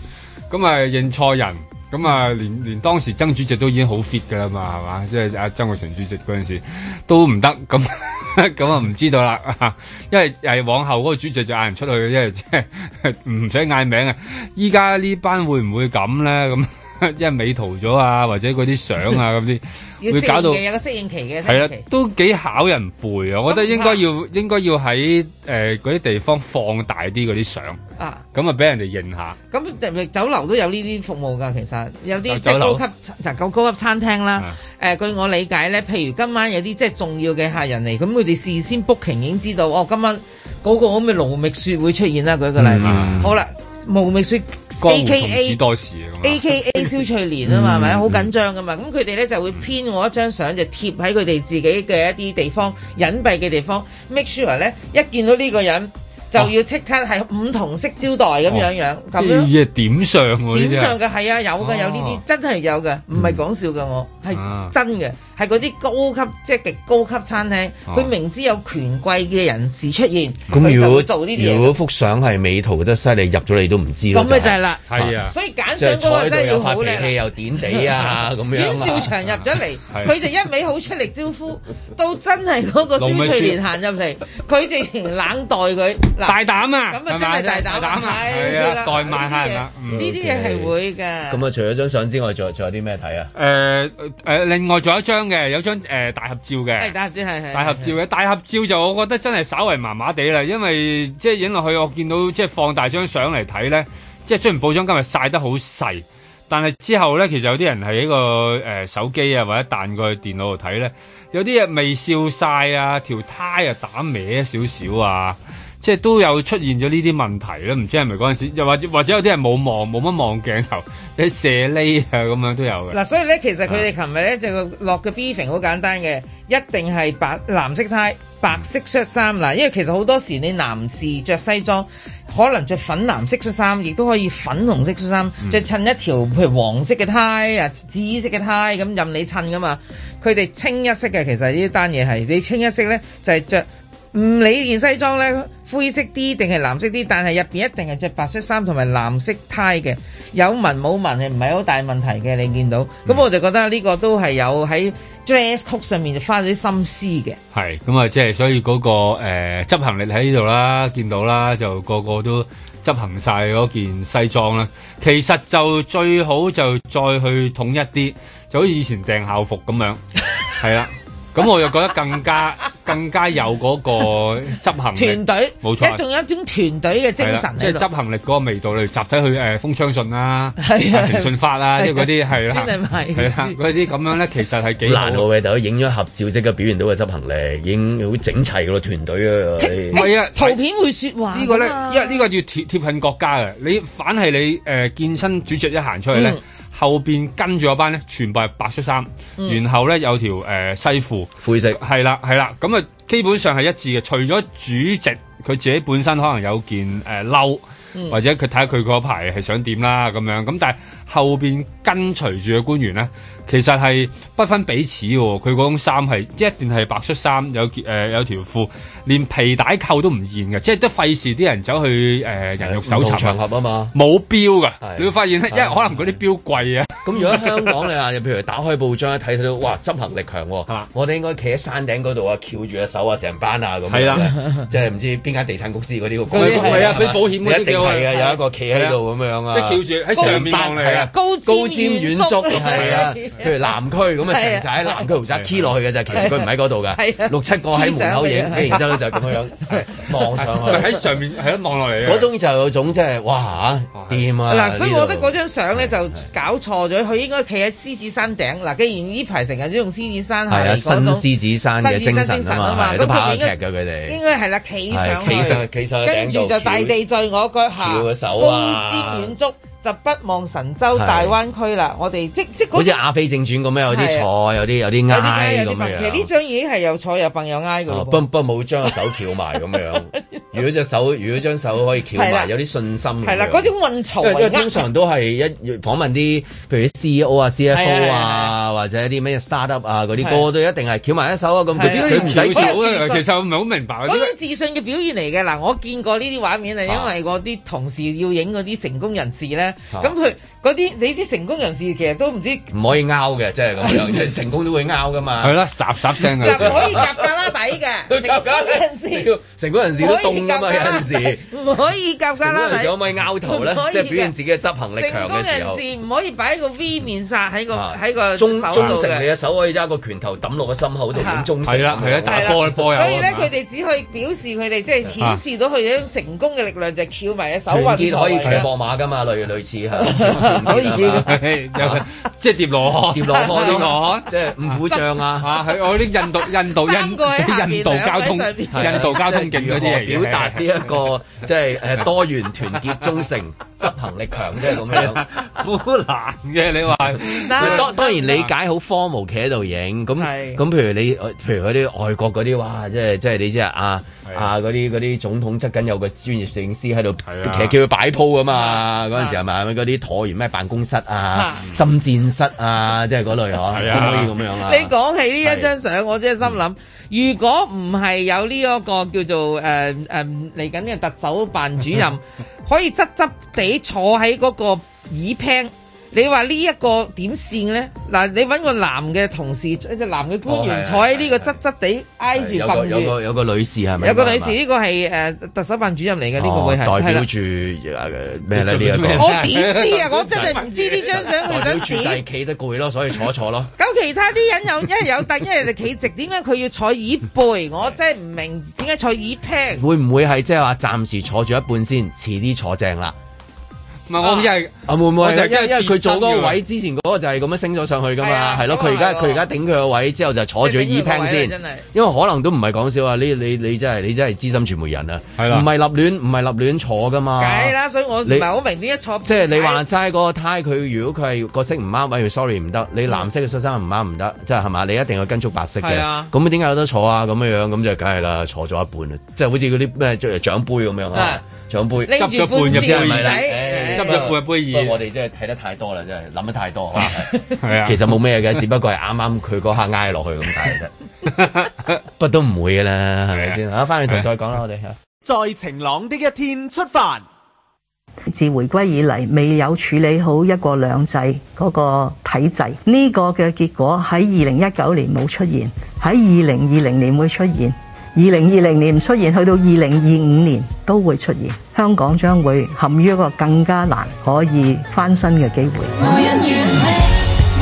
咁啊認錯人，咁啊連連當時曾主席都已經好 fit 噶啦嘛，係嘛？即係阿曾國成主席嗰陣時都唔得，咁 咁啊唔知道啦， 啊因為誒往後嗰個主席就嗌人出去，因為即係唔使嗌名啊。依家呢班會唔會咁咧？咁 因為美圖咗啊，或者嗰啲相 啊咁啲，要會適搞應到嘅有個適應期嘅，適係應啦期，都幾考人背啊！我覺得應該要應該要喺誒嗰啲地方放大啲嗰啲相，啊。咁啊俾人哋認下。咁酒樓都有呢啲服務㗎，其實有啲即酒係樓高級就咁高級餐廳啦啊。誒、據我理解咧，譬如今晚有啲即係重要嘅客人嚟，咁佢哋事先 booking 已經知道，哦，今晚嗰個咁嘅盧覓雪會出現啦，舉個例。嗯好啦，盧覓雪江湖 A 從此 K A 多時啊！嗯咁 A 啊 K A 蕭翠 蓮啊嘛，係咪好緊張噶嘛？咁佢哋咧就會編我一張相，就貼喺佢哋自己嘅一啲地方隱蔽嘅地方，make sure 咧一見到呢個人就要即刻係五同式招待咁哦樣樣，咁樣啲嘢點上喎？呢點啲係上嘅係啊，有嘅有呢哦啲真係有嘅，唔係講笑嘅，我啊係真嘅，係嗰啲高級即係極高級餐廳，哦佢明知有權貴嘅人士出現，咁佢如就果會做呢啲如嘢果，幅相係美圖得犀利，入咗你都唔知咯咁咪就係啦。係啊，所以揀即相係嗰坐個喺度又真係要發好脾靚氣。又點地 啊咁阮樣兆啊。祥入咗嚟係，佢就一味好出力招呼，到真係嗰個蕭翠蓮行入嚟，佢直情冷待佢。大嗱，膽啊！咁啊真係大膽大膽啊！係啦啊，代賣下人啦。呢嗯啲嘢呢啲嘢係會㗎。咁啊，除咗張相之外，仲有仲有啲咩睇啊？誒誒，另外仲有一張嘅，有張誒大合照係嘅。大合照係係大合照嘅大合照就我覺得真係稍為麻麻地啦，因為即係影落去，我見到即係放大張相嚟睇咧，即係雖然報章今日晒得好細，但係之後咧，其實有啲人係喺個誒、呃手機啊或者彈過去電腦度睇咧，有啲嘢未笑晒啊，條呔啊打歪少少啊。即係都有出現咗呢啲問題啦，唔知係咪嗰陣時，又或者或者有啲人冇望冇乜望鏡頭，你射呢啊咁樣都有嘅。嗱，所以咧，其實佢哋琴日咧就個落嘅 briefing 好簡單嘅，一定係白藍色 tie、白色恤衫嗱，因為其實好多時你男士着西裝，可能着粉藍色恤衫，亦都可以粉紅色恤衫，再襯一條譬如黃色嘅 tie 啊、紫色嘅 tie 咁任你襯噶嘛。佢哋清一色嘅，其實呢單嘢係你清一色咧就係着。唔理件西裝咧，灰色啲定係藍色啲，但係入邊一定係着白恤衫同埋藍色呔嘅，有紋冇紋係唔係好大問題嘅？你見到，嗯咁我就覺得呢個都係有喺 dress code 上面就花咗啲心思嘅。係咁啊，即係所以嗰、個誒、呃、執行力喺呢度啦，見到啦，就個個都執行晒嗰件西裝啦。其實就最好就再去統一啲，就好似以前訂校服 咁樣，係啦。咁我又覺得更加更加有嗰個執行力團。隊，嗯冇錯一仲有一種團隊嘅精係啦神即係喺度執，行力嗰個味道，例如集體去誒封槍信啦、係啊陳信發啦，即係嗰啲係啦，專係賣係啦，嗰啲咁樣咧，其實係幾好好難啊喎，喂，大佬影咗合照即刻表現到嘅執行力，已經好整齊嘅咯，團 隊啊，唔係啊圖片會説話呢個咧㗎嘛，因為呢個要貼貼近國家嘅，你反係你誒、呃、健身主席一行出去咧，嗯後邊跟住嗰班咧全部係白恤衫，然後咧有條誒、呃西褲，灰色。係啦係啦，咁啊基本上係一致嘅，除咗主席佢自己本身可能有件誒褸。或者佢睇下佢嗰排係想點啦咁樣，咁但係後邊跟隨住嘅官員咧，其實係不分彼此嘅喎。佢嗰種衫係即係一定係白恤衫，有件誒、呃有條褲，連皮帶扣都唔現嘅，即係都費事啲人走去誒、呃人肉搜唔同場尋啊。合啊嘛，冇標噶係，你會發現咧，因為可能嗰啲標貴啊，咁如果香港你話， 譬如打開報章一睇睇到，哇，執行力強係喎嘛！我哋應該企喺山頂嗰度啊，翹住隻手啊，成班啊咁樣嘅。 係啦即係唔知邊間地產公司嗰啲 個係啊嗰啲俾保險嗰啲你一定睇嘅，有一個企喺度咁樣啊，即係翹住喺上面望你啊係啊，高高瞻瞻遠遠矚矚係啊，係啊譬如南區咁啊，係成啊仔喺南區豪宅 key 落去嘅啫，其實佢唔喺嗰度係嘅啊，六七個喺門口影，跟 key 住然啊之後咧就咁樣望上佢喺去，上面 係咯望落嚟啊嘅嗰種就有種即係哇哦嚇掂啊！嗱，所以我覺得嗰呢張相咧就搞錯咗，佢應該企喺獅子山頂。嗱，既然呢排成日都用獅子山度下係嗯嚟啊，嗰新種獅子山嘅精神啊嘛，係都拍咗劇嘅佢應哋，該係啦，企上係企上企上去呃頂跟度住就大地在我腳下，翹高個手啊瞻遠矚，就不忘神州係大灣區啦。我哋即即好嗰似阿飛正傳咁樣，有啲係啊坐，有啲有啲有啲挨挨有咁樣啲掹，其實呢張已經係又坐又蹦又挨嘅哦咯不噃。不冇將個手翹埋咁 樣。如果隻手，如果張手可以翹係埋，啦有啲信心咁樣。係啦，嗰種運籌嗯呃因為因為帷通幄。常都係一訪問啲，譬如 CEO 啊、係 CFO 係啊，或者啲咩 startup 啊嗰啲，係個個都一定係翹埋一手啊咁。佢係啊佢唔使翹翹翹住嗰個自信其實我唔係好明白嗰種自信嘅表現嚟嘅嗱，我見過呢啲畫面係啊因為我啲同事要影嗰啲成功人士咧，啊嗯咁佢嗰啲你知成功人士其實都唔知唔可以拗嘅，即係咁樣， 即係成功都會拗噶嘛係。啦，霎霎 聲嗱唔嘅。可以夾架拉 底嘅，成功人士成功人士唔都可以凍夾噶嘛，有架拉陣時 底。，唔可以夾架成功拉人士可唔底。可以拗頭咧唔？啊可以即係表現嘅自己嘅執行力成強功嘅時人候。士唔可以擺個 V 面煞喺個啊喺個手忠度忠誠，你嘅啊嘅。手可以揸個拳頭抌落個心口度，咁忠誠。係啦係啦打係啦波咧波友啊所以咧嘛佢哋只可以表示佢哋即係顯示到佢哋一種成功嘅力量，就係翹埋隻手運團籌結可以帷騎幄。博馬噶嘛，類 類似係。可以 嘅係嘛有即係疊羅漢，疊羅 漢疊羅漢 即係五虎將 啊。啊！係我啲印度、印度、三個喺下印面印度交通、兩個喺上面 印度交通勁嗰啲嚟嘅即係如何表達呢一個即 係誒多元團結忠誠執行力強，即係啊咁 樣。 好難嘅。你話 當當然理解好科無企喺度影咁啊係咁，譬如你呃譬如嗰啲外國嗰啲哇，即係即係你知啊啊啊嗰啲嗰啲總統側緊有個專業攝影師喺度，係啊其實叫佢擺鋪啊嘛，嗰陣時係咪嗰啲橢圓咩辦公室啊啊、深戰室啊，即係嗰類呵，係啊可唔可以咁樣啊？嗯你講起呢一張相，我真係心諗，如果唔係有呢一個叫做呃誒誒嗯嚟緊嘅特首辦主 任，可以側側地坐喺嗰個椅柄。你話呢一個點線咧？嗱，你揾個男嘅同事，即係男嘅官員哦係坐喺呢個側側地挨住有個揼有住，個有個女士係咪？有個女士呢個係誒特首辦主任嚟嘅，呢個會係哦代係表啦。住呃咩咧？呢一個咩我點知啊？我真係唔知呢張相佢代表想住點就。係企得攰咯，所以坐一坐咯。咁其他啲人有一係有凳，一係就企直，點解佢要坐椅背？我真係唔明點解坐椅平。會唔會係即係話暫時坐住一半先，遲啲坐正啦？唔係我因為啊，會唔會我就係係因為因為佢做嗰個變身位之前嗰個就係咁樣升咗上去噶係嘛？啊係咯，咁佢啊而家係喎佢而家頂佢個位之後就坐住個耳聽你頂佢個位啊啦真係 E 先，因為可能都唔係講笑啊！呢你你真係你真係資深傳媒人啊，係啦唔係立亂唔係立亂坐噶嘛？梗係啦，所以我唔你係好明點解坐。啊即係你話齋嗰個呔，佢如果佢係個色唔啱，哎，sorry 唔得，你藍色嘅恤衫唔啱唔得，即係係嘛？你一定要跟足白色係嘅啊。咁點解有得坐啊？咁樣樣咁就梗係啦，坐咗一半啦，即係好似嗰啲咩獎獎杯咁樣啊啊，獎杯。拎住半執咗隻半耳嘅仔，執咗半杯不過我二，哋真係睇得太多啦，真係諗得太多。可能係係啊，其實冇咩嘅，只不過係啱啱佢嗰下挨落去咁解啫。不過都唔會嘅啦，係咪先？啊，翻去同再講啦，我哋。在晴朗的一天出發。自回歸以嚟未有處理好一國兩制嗰個體制，呢、個嘅結果喺二零一九年冇出現，喺二零二零年會出現，二零二零年唔出現，去到二零二五年都會出現，香港將會陷於一個更加難可以翻身嘅機會。無人完美，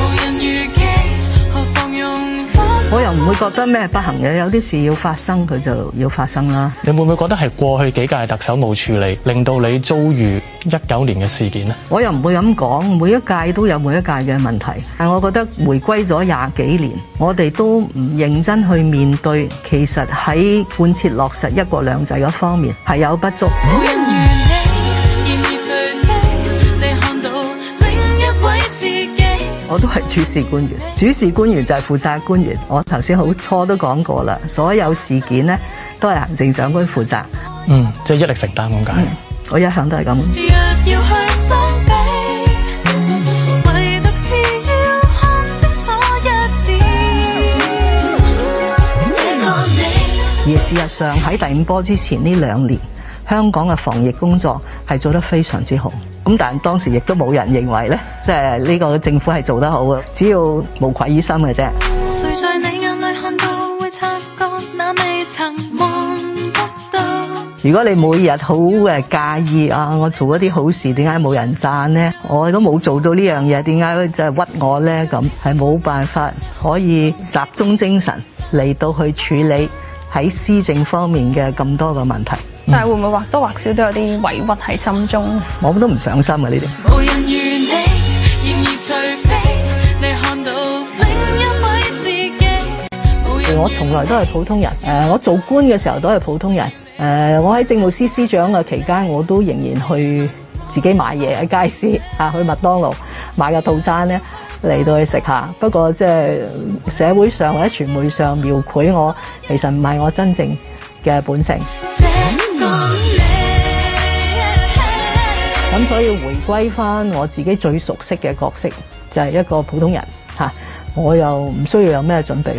無人預期，何妨用心。我又唔會覺得咩不幸嘅，有啲事要發生佢就要發生啦。你會唔會覺得係過去幾屆特首冇處理，令到你遭遇一九年嘅事件呢？我又唔會咁講，每一屆都有每一屆嘅問題。但我覺得回歸咗廿幾年，我哋都唔認真去面對，其實喺貫徹落實一國兩制嗰方面係有不足。無人如你，然而除非你看到另一位自己。我都係主事官員，主事官員就係負責官員。我頭先好初都講過啦，所有事件呢都係行政長官負責。嗯，即係一力承擔咁解。我一向都係咁。若要去相比，唯獨是要看清楚一點，這個你。而事實上喺第五波之前呢兩年，香港嘅防疫工作係做得非常之好。咁但係當時亦都冇人認為咧，即係呢個政府係做得好嘅，只要無愧於心嘅啫。誰在你眼裏看到會察覺那未曾望得到？如果你每日好誒介意啊，我做一啲好事，點解冇人讚呢？我都冇做到呢樣嘢，點解就係屈我呢？咁係冇辦法可以集中精神嚟到去處理喺施政方面嘅咁多個問題，但係會唔會或多或少都有啲委屈喺心中？我都唔上心啊嘅呢啲。無人如你，然而除非你看到另一位自己。我從來都係普通人，誒、我做官嘅時候都係普通人，誒、我喺政務司司長嘅期間，我都仍然去自己買嘢喺街市啊，去麥當勞買個套餐咧嚟到去食下。不過即係社會上或者傳媒上描繪我，其實唔係我真正嘅本性。咁所以回歸翻我自己最熟悉嘅角色，就係、一個普通人嚇、我又唔需要有咩準備。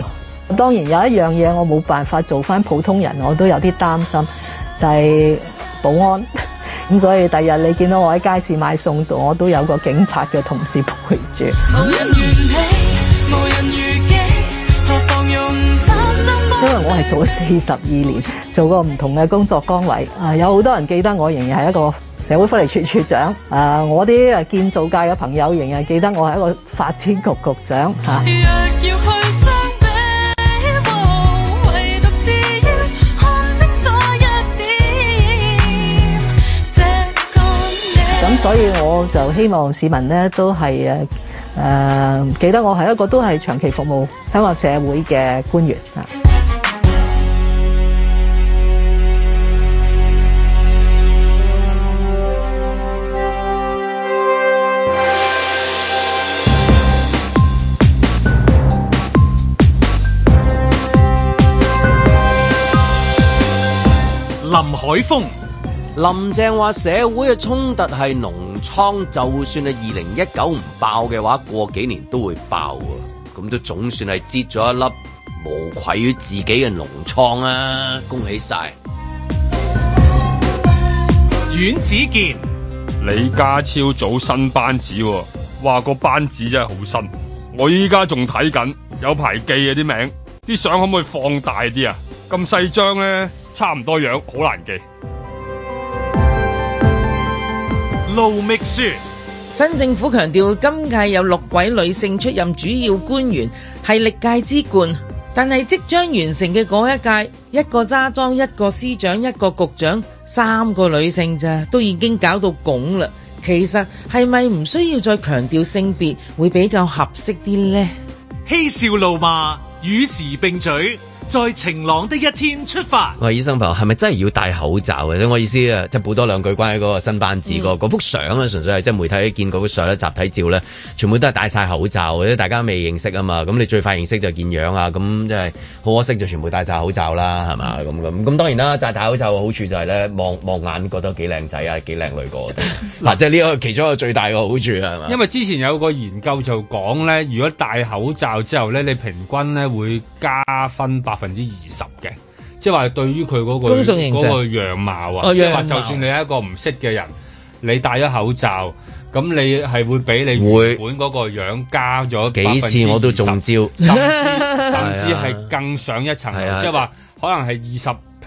當然有一樣嘢我冇辦法做翻普通人，我都有啲擔心，就係、保安。 咁所以第日你見到我喺街市買餸度，我都有個警察嘅同事陪住。無人緣起，無人如己，何妨用擔心因為我係做咗四十二年，做過唔同嘅工作崗位，啊有好多人記得我仍然係一個社會福利處處長，啊我啲啊建造界嘅朋友仍然記得我係一個發展局局長嚇。啊要去相比無，唯獨是要看清楚一點，這個咁所以我就希望市民咧都係誒誒記得我係一個都係長期服務香港社會嘅官員啊。林海峰，林鄭話社會嘅衝突係農倉，就算係二零一九唔爆嘅話，過幾年都會爆喎。咁都總算係擠咗一粒無愧於自己嘅農倉啊！恭喜晒！阮子健，李家超組新班子喎、哇個班子真係好新，我依家仲睇緊，有排記啊啲名，啲相可唔可以放大啲啊？咁細張咧，差唔多樣，好難記。路觅雪，新政府強調今屆有六位女性出任主要官員，係歷屆之冠。但係即將完成嘅嗰一屆，一個揸莊，一個司長，一個局長，三個女性咋，都已經搞到拱啦。其實係咪唔需要再強調性別會比較合適啲呢？嬉笑怒罵，與時並舉，在晴朗的一天出發。喂，醫生朋友，係咪真係要戴口罩嘅？我意思啊，即係補多兩句關於嗰個新班子嗯嗰嗰幅相啊，純粹係即係媒體見嗰幅相咧，集體照咧，全部都係戴晒口罩嘅，大家未認識啊嘛。咁你最快認識就見樣啊，咁即係好可惜就全部戴晒口罩啦，係嗯嘛咁咁。咁當然啦，戴戴口罩嘅好處就係咧，望望眼覺得幾靚仔啊，幾靚女個。 嗱，即係呢個其中一個最大嘅好處啊係嘛？因為之前有個研究就講咧，如果戴口罩之後咧，你平均咧會加分百分之二十嘅，即係話對於佢嗰、個公眾形象嗰個樣貌啊，哦即係話樣貌就算你係一個唔識嘅人，你戴咗口罩，咁你係會俾你會原本嗰個樣加咗幾次我都中招，啊甚至甚 至係更上一層係啊樓，即係話可能係二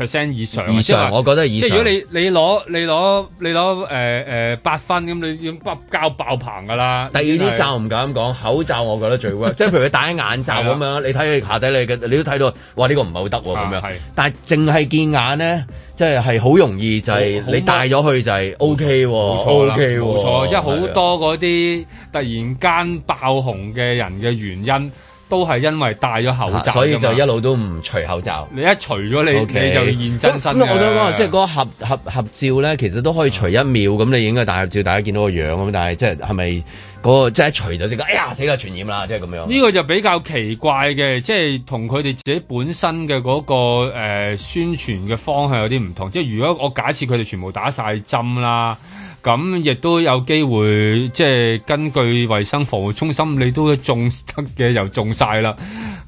十 percent 以上啊。以上即係話我覺得係以上即係如果你你攞你攞你攞誒誒八分咁，你已經爆交爆棚㗎啦。第二已經啲係罩唔敢講，口罩我覺得 最 work，即係譬如佢戴喺眼罩咁樣，你睇佢下底你嘅，你都睇到，哇呢、個唔係好得喎咁啊樣係。但係淨係見眼咧，即係係好容易就係好好你戴咗佢就係 O K 喎冇錯啦，O K 喎，冇錯，因為好係啊多嗰啲突然間爆紅嘅人嘅原因，都係因為戴咗口罩，啊所以就一。路都唔除口罩。你一除咗你 OK 你就現真身咁咁我想㗎講話，即係嗰個合合合照咧，其實都可以除一秒咁，你影個大合照，大家見到個樣咁。但係即係係咪嗰個即係一除就即刻，哎呀死啦傳染啦，即係咁樣。呢個就比較奇怪嘅，即係同佢哋自己本身嘅嗰、個、呃、宣傳嘅方向有啲唔同。即係如果我假設佢哋全部打晒針啦，咁亦都有機會，即係根據衞生防護中心，你都中得嘅又中晒啦。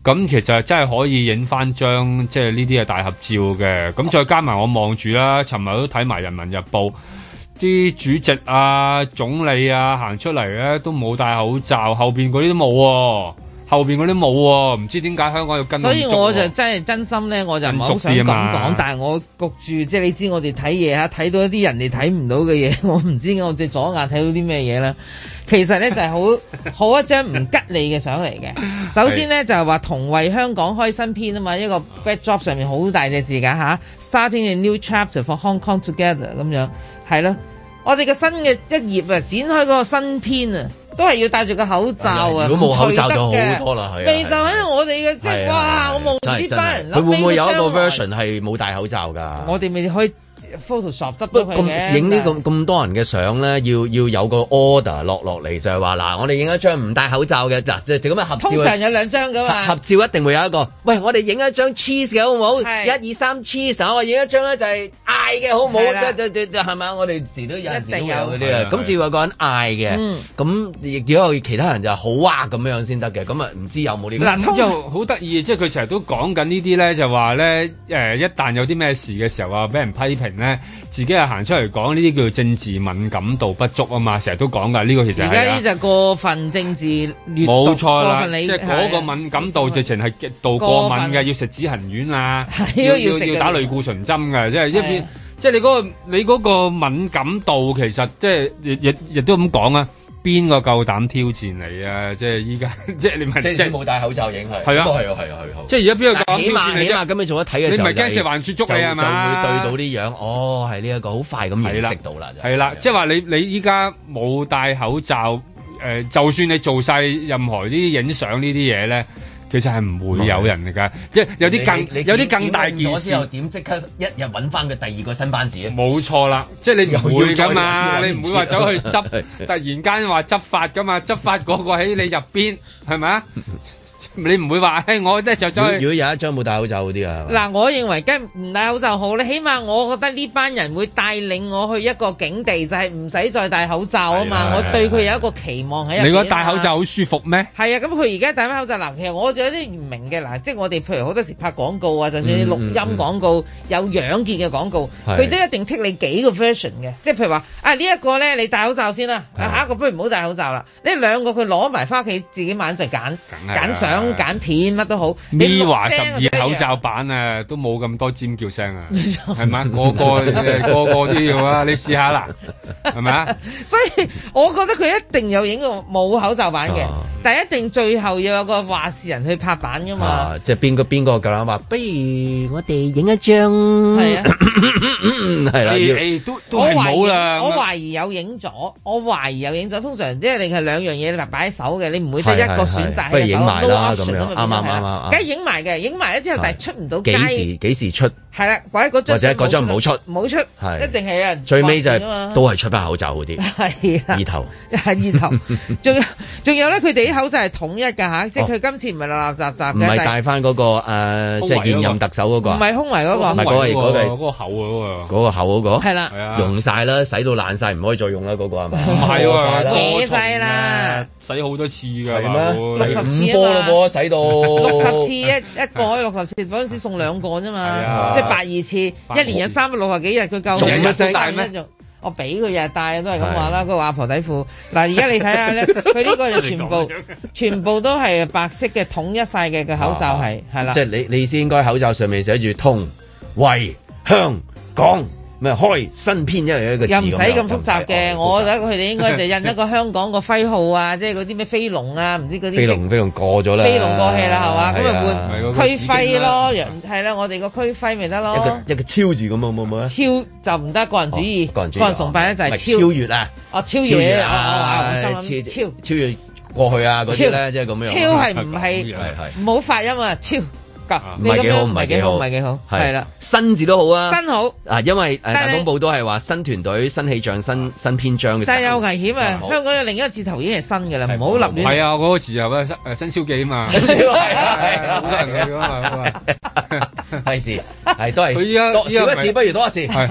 咁其實真係可以影翻張即係呢啲嘅大合照嘅。咁再加埋我望住啦，尋日都睇埋《人民日報》。啲主席啊啊、總理啊行出嚟咧都冇戴口罩，後邊嗰啲都冇喎、後後邊嗰啲冇喎，唔知點解香港要跟所以咁足我喎就真係真心咧，我就唔係跟好想咁足啲啊嘛講，但係我焗住，即係你知我哋睇嘢嚇，睇到一啲人哋睇唔到嘅嘢， 我唔知我隻左眼睇到啲咩嘢啦。其實咧就係好 好一張唔吉利嘅相嚟嘅。首先咧就係話同為香港開新篇啊嘛，一個 backdrop 上面好大隻字㗎嚇，starting a new chapter for Hong Kong together 咁樣，係咯。我哋嘅新嘅一頁啊，展開嗰個新篇啊，都係要戴住個口罩啊，如果冇口罩唔除得就好嘅多啦係啊咪就喺度我哋嘅即係係啊哇，我望住真係呢真班人係，諗佢會唔會有一個起個將來 version 係冇戴口罩㗎？我哋咪可以 Photoshop 執咗佢嘅咁影呢咁咁多人嘅相咧，要要有個 order 落落嚟，就係話嗱，我哋影一張唔戴口罩嘅，嗱就就咁樣合照。啊通常啊有兩張噶嘛合。照一定會有一個，喂，我哋影一張 cheese 嘅好唔好？一二三 cheese 啊！我影一張咧就係嗌嘅好唔好？係啦對對對係咪啊？我哋時都有陣時一都定有有嗰啲啊係。咁只要有個人嗌嘅嗯，咁亦如果有其他人就好啊咁樣先得嘅。咁啊唔知有冇呢個？嗱，咁就好得意，即係佢成日都講緊呢啲咧，就話咧誒，一旦有啲咩事嘅時候啊，俾人批評咧，自己係行出嚟講呢啲叫政治敏感度不足啊嘛，成日都講噶，呢、個其實而係家啊呢就過分政治閱讀冇錯過啦，分理即係嗰個敏感度直情係極度過過敏分嘅，要食止痕丸啊，係要都要食要嘅打類固醇針嘅，即係一係邊啊即係你嗰個你嗰個敏感度其實即係亦亦亦都咁講啊，邊個夠膽挑戰你啊？即係依家 即係你咪即係即係冇戴口罩影佢，係啊咁係啊係啊係啊。即係而家邊個但講起挑戰碼你起啫碼咁你做一睇嘅時你候，咪驚食環雪粥你係嘛就就會對到啲樣，哦，係呢一個好快咁係認啦識到啦，就係係啦，即係話你你依家冇戴口罩，誒、就算你做晒任何呢啲影相呢啲嘢咧，其實係唔會有人㗎，即係有啲你更你有啲更大件點咗之後事。點即刻一日揾翻佢第二個新班子啊冇錯啦，即係你唔又會要再㗎嘛，又要你唔會話走去執，突係然間話執法㗎嘛，執法嗰個喺你入邊係咪啊？你唔會話，誒我咧就如走果如去果有一張冇戴口罩嗰啲啊，嗱，我認為梗係唔戴口罩好咧，起碼我覺得呢班人會帶領我去一個境地，就係唔使再戴口罩啊係嘛啊。我係啊對佢有一個期望喺入邊啊嘛。你覺得戴口罩好舒服咩？係啊，咁佢而家戴翻口罩嗱，其實我仲有啲唔明嘅嗱，即係我哋譬如好多時拍廣告啊，就算嗯錄嗯音廣告、有樣見嘅廣告，係佢都一定剔你幾個 version 嘅，即係譬如話啊呢一個咧你戴口罩先啦，啊下一個不如唔好戴口罩啦，呢兩個佢攞埋翻屋企自己晚再揀係啦揀相揀片乜都好，你咪錄華十聲啊二口罩佢一樣版啊，都冇咁多尖叫聲啊，係咪啊？個 個個個都要啊，你試下啦，係咪啊？所以我覺得佢一定有影過冇口罩版啊嘅，但係一定最後要有個話事人去拍板噶嘛。啊，即係邊個邊個夠膽話，不如我哋影一張，係啊，係啦，要誒都都我係懷疑冇啦。啊我懷疑有影咗，我懷疑有影咗。通常即係你係兩樣嘢你擺喺手嘅，你唔會得一個選係係係擇不如喺手。影埋 no 啦 option 咁樣咁啊啱啱係啱啦啱梗係影埋嘅，影埋咗之後係，但係出唔到街。幾時幾時出？係啦，或者嗰張或者嗰張唔好出唔好出，係一定係有人最尾就話事啊係嘛都係出翻口罩嗰啲， 係啊二。頭。係 意頭，仲有仲有咧，佢哋啲口罩係統一㗎吓，即係佢今次唔係垃垃雜雜哦唔係嘅，但係戴翻嗰個誒，即係現任特首嗰個唔啊，係胸圍嗰個唔係嗰個係嗰個係嗰個厚啊嗰個。嗰個口嗰個，係啦係啊用晒啦，洗到爛晒，唔可以再用啦，嗰個係咪？唔係過喎，晒啦過晒啦，洗好多次㗎，係咩？六十次五波啊嘛咯喎，洗到六十次一一個可以六十次，嗰陣時送兩個啫啊嘛，即係百百二次，一年有三百六十幾日，佢夠仲日日都戴咩？我俾佢日日戴都係咁話啦，個阿婆底褲。嗱，而家你睇下咧，佢呢個就全部全部都係白色嘅統一晒嘅個口罩係係啦啊即。係你你意思應該口罩上面寫住通為香港。咩開新篇一樣一個字又唔使樣咁複雜嘅，哦我覺得佢哋應該就印一個香港個徽號啊， 即係嗰啲咩飛龍啊，唔知嗰啲飛龍飛龍過咗啦，飛龍過氣啦，係嘛？咁係啊咪換區徽咯，楊係啦，我哋個區徽咪得一咯個。一個超字咁好冇冇啊？哦哦超就唔得個人主義，個人主義崇拜咧就唔係係超超越啊！哦超超越越哦啊哦我心諗超超超越過去啊嗰啲咧，即係咁樣。超係唔係係係唔好發音啊？超唔係幾好，唔係幾好，唔係幾好，係啦，新字都好啊，新好，啊，因為誒但大係公報都係話新團隊、新氣象、新新篇章嘅時候。但係有 危險啊！好香港有另一個字頭已經係新嘅啦，唔好立亂。係啊，à, 嗰個字又咩？誒新消記啊嘛，好多人去㗎嘛。費事係都係佢依家多依家少一咪事不如多一事，係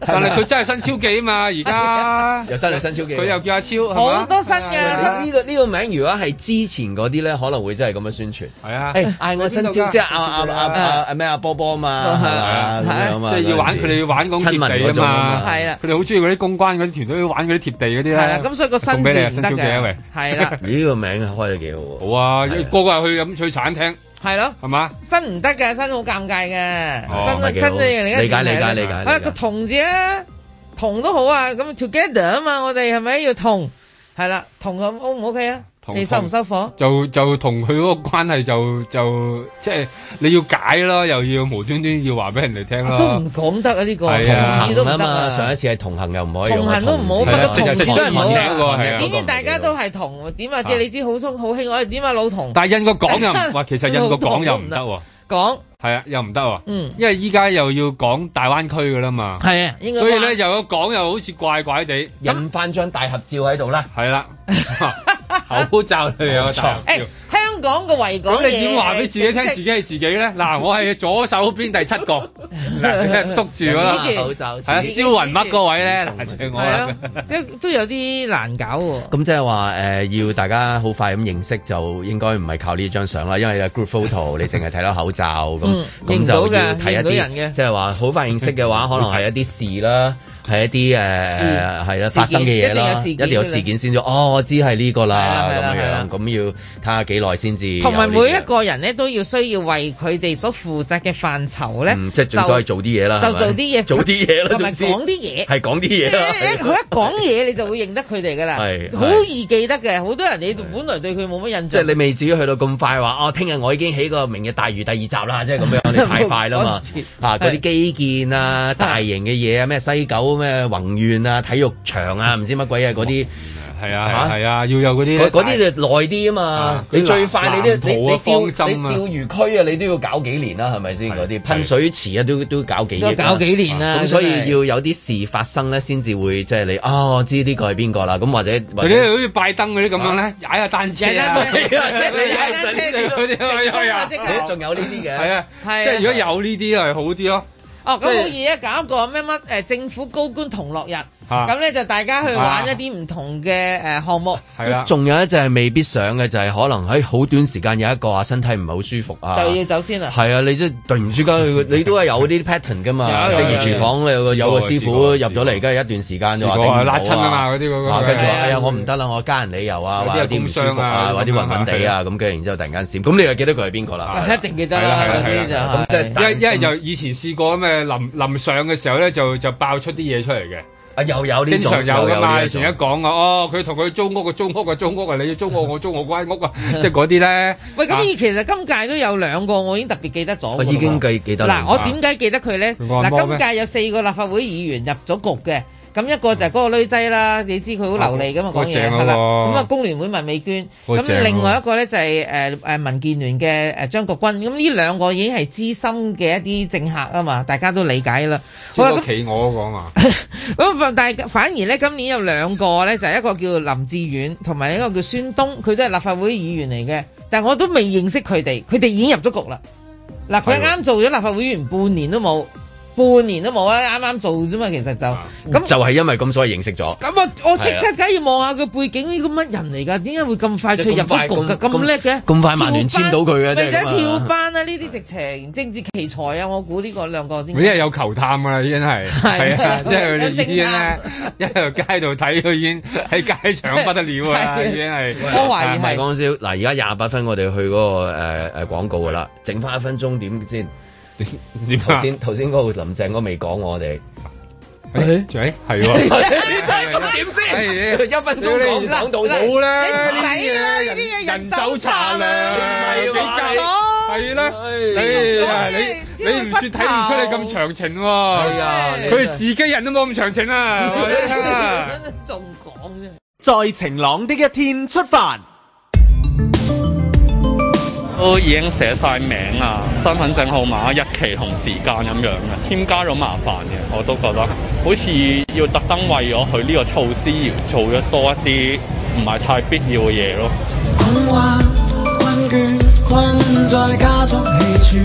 但 係佢真係新超記啊嘛，而家又真係新超記佢又叫阿超係嘛，Dạ, 呢個呢個名，如果係之前嗰啲咧，可能會真係咁樣宣傳。係啊誒嗌我新超，即係阿阿阿阿阿咩阿波波嘛，係啊咁樣嘛，即係要玩佢哋要玩嗰種親民貼嗰地種啊嘛，係啦佢哋好中意嗰啲公關嗰啲團隊玩嗰啲貼地嗰啲咧。係啦咁所以個新送俾你啊字新唔得超記啊嘅喂，係啦咦，呢個名開得幾好喎！好啊，個個係去飲去餐廳，係咯，係嘛？新唔得嘅，新好尷尬哦唔係嘅，啊幾新好新嘅另一理解個字理解係理解啊理解個同字啊，同都好啊，咁 together 啊嘛，我哋係咪要同？係啦，同咁 O 唔 OK 啊？同你收唔收火？就就同佢嗰個關係就就即係你要解咯，又要無端端要話俾人哋聽咯。都唔講得啊！呢個係啊同意都唔啊得嘛，啊！上一次係同行又唔可以用同啊，行都唔好，字不過係啊同字都係同唔字好啊嗰個係啊點知大家都係同點啊？即係你知好通好興，我哋點啊老 同但係印個講又 唔，哇，其實印個講又唔得喎。講係啊，又唔得喎。嗯因為依家又要講大灣區噶啦嘛。係啊應嗯該所以咧又有講又好似怪怪地，印翻張大合照喺度啦。係 啦，口罩裏有個大合照。香港嘅維港咁嘢，你點話俾自己聽自己係自己咧？嗱，我係左手邊第 七個，嗱，督住嗰啦，指住口罩係啊，指住燒雲乜嗰位咧，嗱，就係我係啦啊。都都有啲難搞喎。咁即係話誒，要大家好快咁認識，就應該唔係靠呢張相啦，因為有 group photo 你淨係睇到口罩咁嗯，咁認就到要嘅睇一認到人啲，嘅即係話好快認識嘅話，可能係一啲事啦，係一啲誒係啦發生嘅嘢啦，事一件定一定有事件有事件先咗。哦，我知係呢個啦，係啦咁係啦樣咁要睇下幾耐先至有呢啊個。同埋每一個人咧都要需要為佢哋所負責嘅範疇咧，嗯即係最所謂做啲嘢啦，就係咪做啲嘢做啲嘢啦， 同埋總之講啲嘢係講啲嘢 啦。就佢一講嘢你就會認得佢哋噶啦係，係好易記得嘅。好多人你本來對佢冇乜印象，即係你未至於去到咁快話，哦，聽日我已經起個明日大嶼第二集 啦，即係咁樣，你太快啦嘛趕唔切，啊，嗰啲係基建啊、大型嘅嘢 啊，咩西九咩宏苑啊、體育場啊，唔知乜鬼啊嗰啲，係啊係啊，要有嗰啲嗰嗰啲就耐啲啊嘛啊。你嗰啲最快你藍啲你圖啊你方釣針啊你釣魚區啊，你都要搞幾年啦，係咪先？嗰啲噴水池啊，都都搞幾億啊都搞幾年啊咁所以真係要有啲事發生咧，先至會即係你哦，我知呢個係邊個啦。咁或者嗰或者啲好似拜登嗰啲咁樣咧，踩下單車啊，係 啊即係你踩單嗰啲車直通啊即刻你仲有呢啲嘅係啊，即係啊係如果有呢啲係好啲咯。哦，即係咁好易啊！搞一個咩乜誒政府高官同樂日，啊咁咧就大家去玩一啲唔同嘅誒項目，啊仲有一隻係未必上嘅，就係、可能喺好短時間有一個啊，身體唔係好舒服啊。就要走先啦。係啊，你即係突然之間佢， 你都係有啲 pattern 噶嘛，有即有係廚房有個有個師傅入咗嚟，跟住一段時間就話試頂過啊唔到辣親啊嘛嗰啲嗰個啊跟住話係啊哎呀我唔得啦，我家人理由啊，有啲話有係啲唔工舒傷啊服啊，或者咁暈樣暈地啊，咁跟住然之後突然間閃，咁你又記得佢係邊個啦？一定記得啦，係啦嗰係啦啲就係啦咁即係係但因因為就以前試過咩臨臨上嘅時候咧，就就爆出啲嘢出嚟嘅。啊，又有呢經種，常有又噶有嘛，呢一以種前一講啊，哦，佢同佢租屋，佢租屋，佢租屋啊，你租我，我租我關屋啊，即係嗰啲咧。喂，啊咁其實今屆都有兩個，我已經特別記得咗我㗎啦喎。哦已經記記得啦嗱，我點解記得佢咧？摩咩嗱，今屆有四個立法會議員入咗局嘅，咁一個就係嗰個女仔啦，你知佢好流利噶嘛哦講嘢嗰個正嗰個係啦。咁啊，工聯會文美娟，嗰個正嗰啊咁個另外一個咧就係誒誒民建聯嘅誒張國軍，咁呢兩個已經係資深嘅一啲政客啊嘛，大家都理解啦。即好係啦，個咁企鵝嗰個啊嘛，咁反但係反而咧，今年有兩個咧，就係、一個叫林志遠，同埋一個叫孫東，佢都係立法會議員嚟嘅，但我都未認識佢哋，佢哋已經入咗局啦。嗱，佢啱做咗立法會議員半年都冇，半年都冇啊，啱啱做啫嘛，其實就咁就係因啊為咁所以認識咗。咁啊，我即刻係梗要望下佢背景，呢個乜人嚟㗎？點解會咁快脆入咗局㗎？咁叻嘅，咁快曼聯簽到佢嘅，咪真就係係咁啊跳班啦！呢啲直情政治奇才啊！我估呢個兩個因為有球探噶啦，已經係係啊，即係佢哋已經咧，一喺街度睇佢已經喺街上不得了啊，已經係。唔係講笑。嗱，而家廿八分，我哋去嗰個誒誒廣告噶啦，剩翻一分鐘點先？點頭先頭先嗰個林鄭嗰個未講我哋。誒，係係喎，點先？一分鐘講講到好先咧，你唔使啦，呢啲嘢人走茶涼，係啦，哎你你你唔算睇唔出你咁長情喎，係啊佢哋自己人都冇咁長情 啊，我話你聽啊。仲講啫。在晴朗的一天出發。都已經寫晒名啊、身份證號碼、日期同時間咁樣嘅，添加咗麻煩嘅，我都覺得好似要特登為咗佢呢個措施而做咗多一啲唔係太必要嘅嘢咯。困惑、困倦、困在家中氣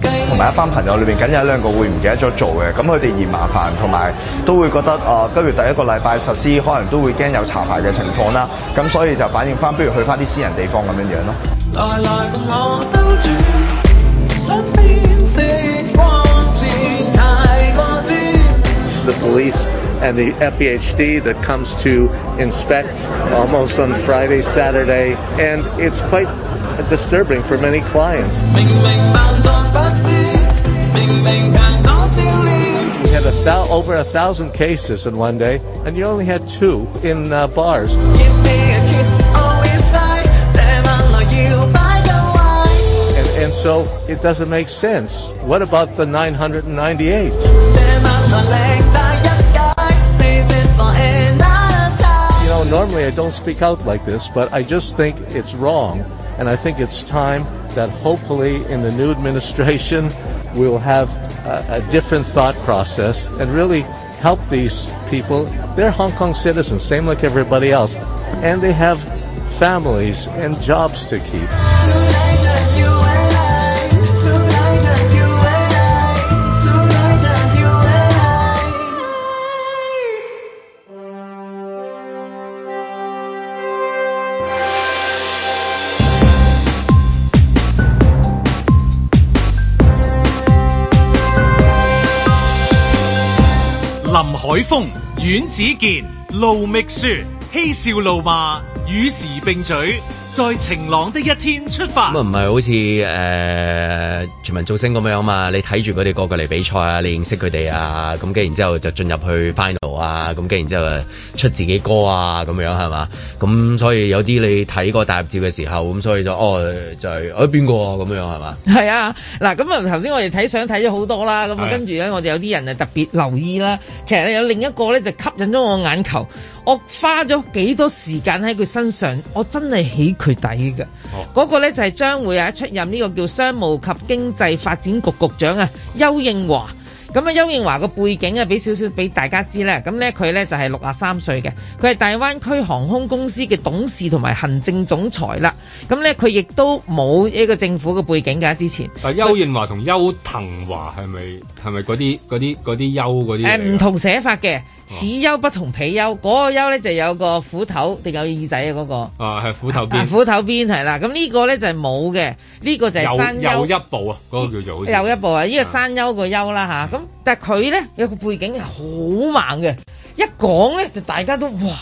喘，同埋一班朋友裏邊，梗有一兩個會唔記得咗做嘅，咁佢哋嫌麻煩，同埋都會覺得啊，跟住第一個禮拜實施，可能都會驚有查牌嘅情況啦，咁所以就反映翻，不如去翻啲私人地方咁樣樣咯。來來我兜轉，身邊的光線太過尖。 the police and the FEHD that comes to inspect almost on Friday, Saturday, and it's quite disturbing for many clients. 明明扮作不知，明明強裝笑臉。 We had a thou- over a thousand cases in one day, and you only had two in uh, bars. Always right，這晚來搖擺又壞。 And, and so it doesn't make sense. What about the 998? 這晚來領帶一解，Save it for another time。 You know, normally I don't speak out like this, but I just think it's wrong. And I think it's time that hopefully in the new administration, we'll have a, a different thought process and really help these people. They're Hong Kong citizens, same like everybody else. And they have families and jobs to keep. 林海峰、阮子健、路觅雪，嬉笑怒罵，與時並舉，在晴朗的一天出發咁啊，。唔係好似誒、呃全民造星咁樣嘛？你睇住佢哋個個嚟比賽啊，你認識佢哋啊，咁跟然之後就進入去 final 啊，咁跟然之後出自己歌啊，咁樣係嘛？咁所以有啲你睇個大合照嘅時候，咁所以就哦就係誒邊個啊咁樣係嘛？ 係啊，嗱咁啊，頭先我哋睇相睇咗好多啦，咁啊係跟住咧，我哋有啲人啊特別留意啦。其實有另一個咧就吸引咗我眼球，我花咗幾多時間喺佢身上，我真係起佢底嘅。嗰、個咧就係將會啊出任呢個叫商務及經濟發展局局長啊，邱應華。咁啊，邱應華個背景啊，俾少少俾大家知咧。咁咧，佢咧就係六啊三歲嘅，佢係大灣區航空公司嘅董事同埋行政總裁啦。咁咧，佢亦都冇一個政府嘅背景㗎，之前。但邱燕華同邱騰華係咪係咪嗰啲嗰啲嗰啲邱嗰啲誒嚟㗎？唔同寫法嘅，此憂不同彼憂。嗰、個憂咧就有個斧頭定有耳仔啊嗰、個。啊，係斧頭啊邊斧頭邊係啦，咁呢個咧就係冇嘅，呢、個就係山又又丘一步啊，嗰個叫做好似嗯又一部啊，呢、個山丘個丘啦吓，咁、但係佢咧有個背景係好猛嘅，一講咧就大家都哇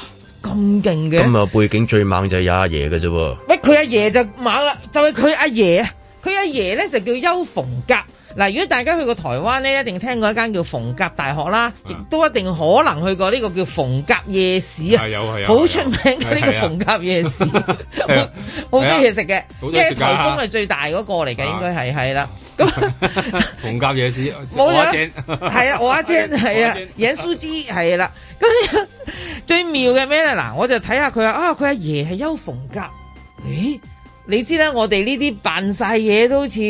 咁勁嘅。咁啊，背景最猛就係有阿爺嘅啫喎。喂，佢阿爺就猛啦，就係佢阿爺啊！佢阿爺咧就叫邱逢甲。嗱，如果大家去過台灣咧，一定聽過一間叫逢甲大學啦，嗯亦都一定可能去過呢個叫逢甲夜市啊係有係，有好出名嘅呢係係啊個逢甲夜市，係啊好多嘢食嘅，好因多嘢啊為食㗎台中係最大嗰個嚟嘅，應該係係啦。 紅甲野市，冇我咗正， 係啊，我 阿姐係啊，影蘇枝係啦。咁呢 最妙嘅咩咧？嗱，我就睇下佢啊，啊佢阿爺係邱逢甲。咦，你知啦，我哋呢啲扮晒嘢都好似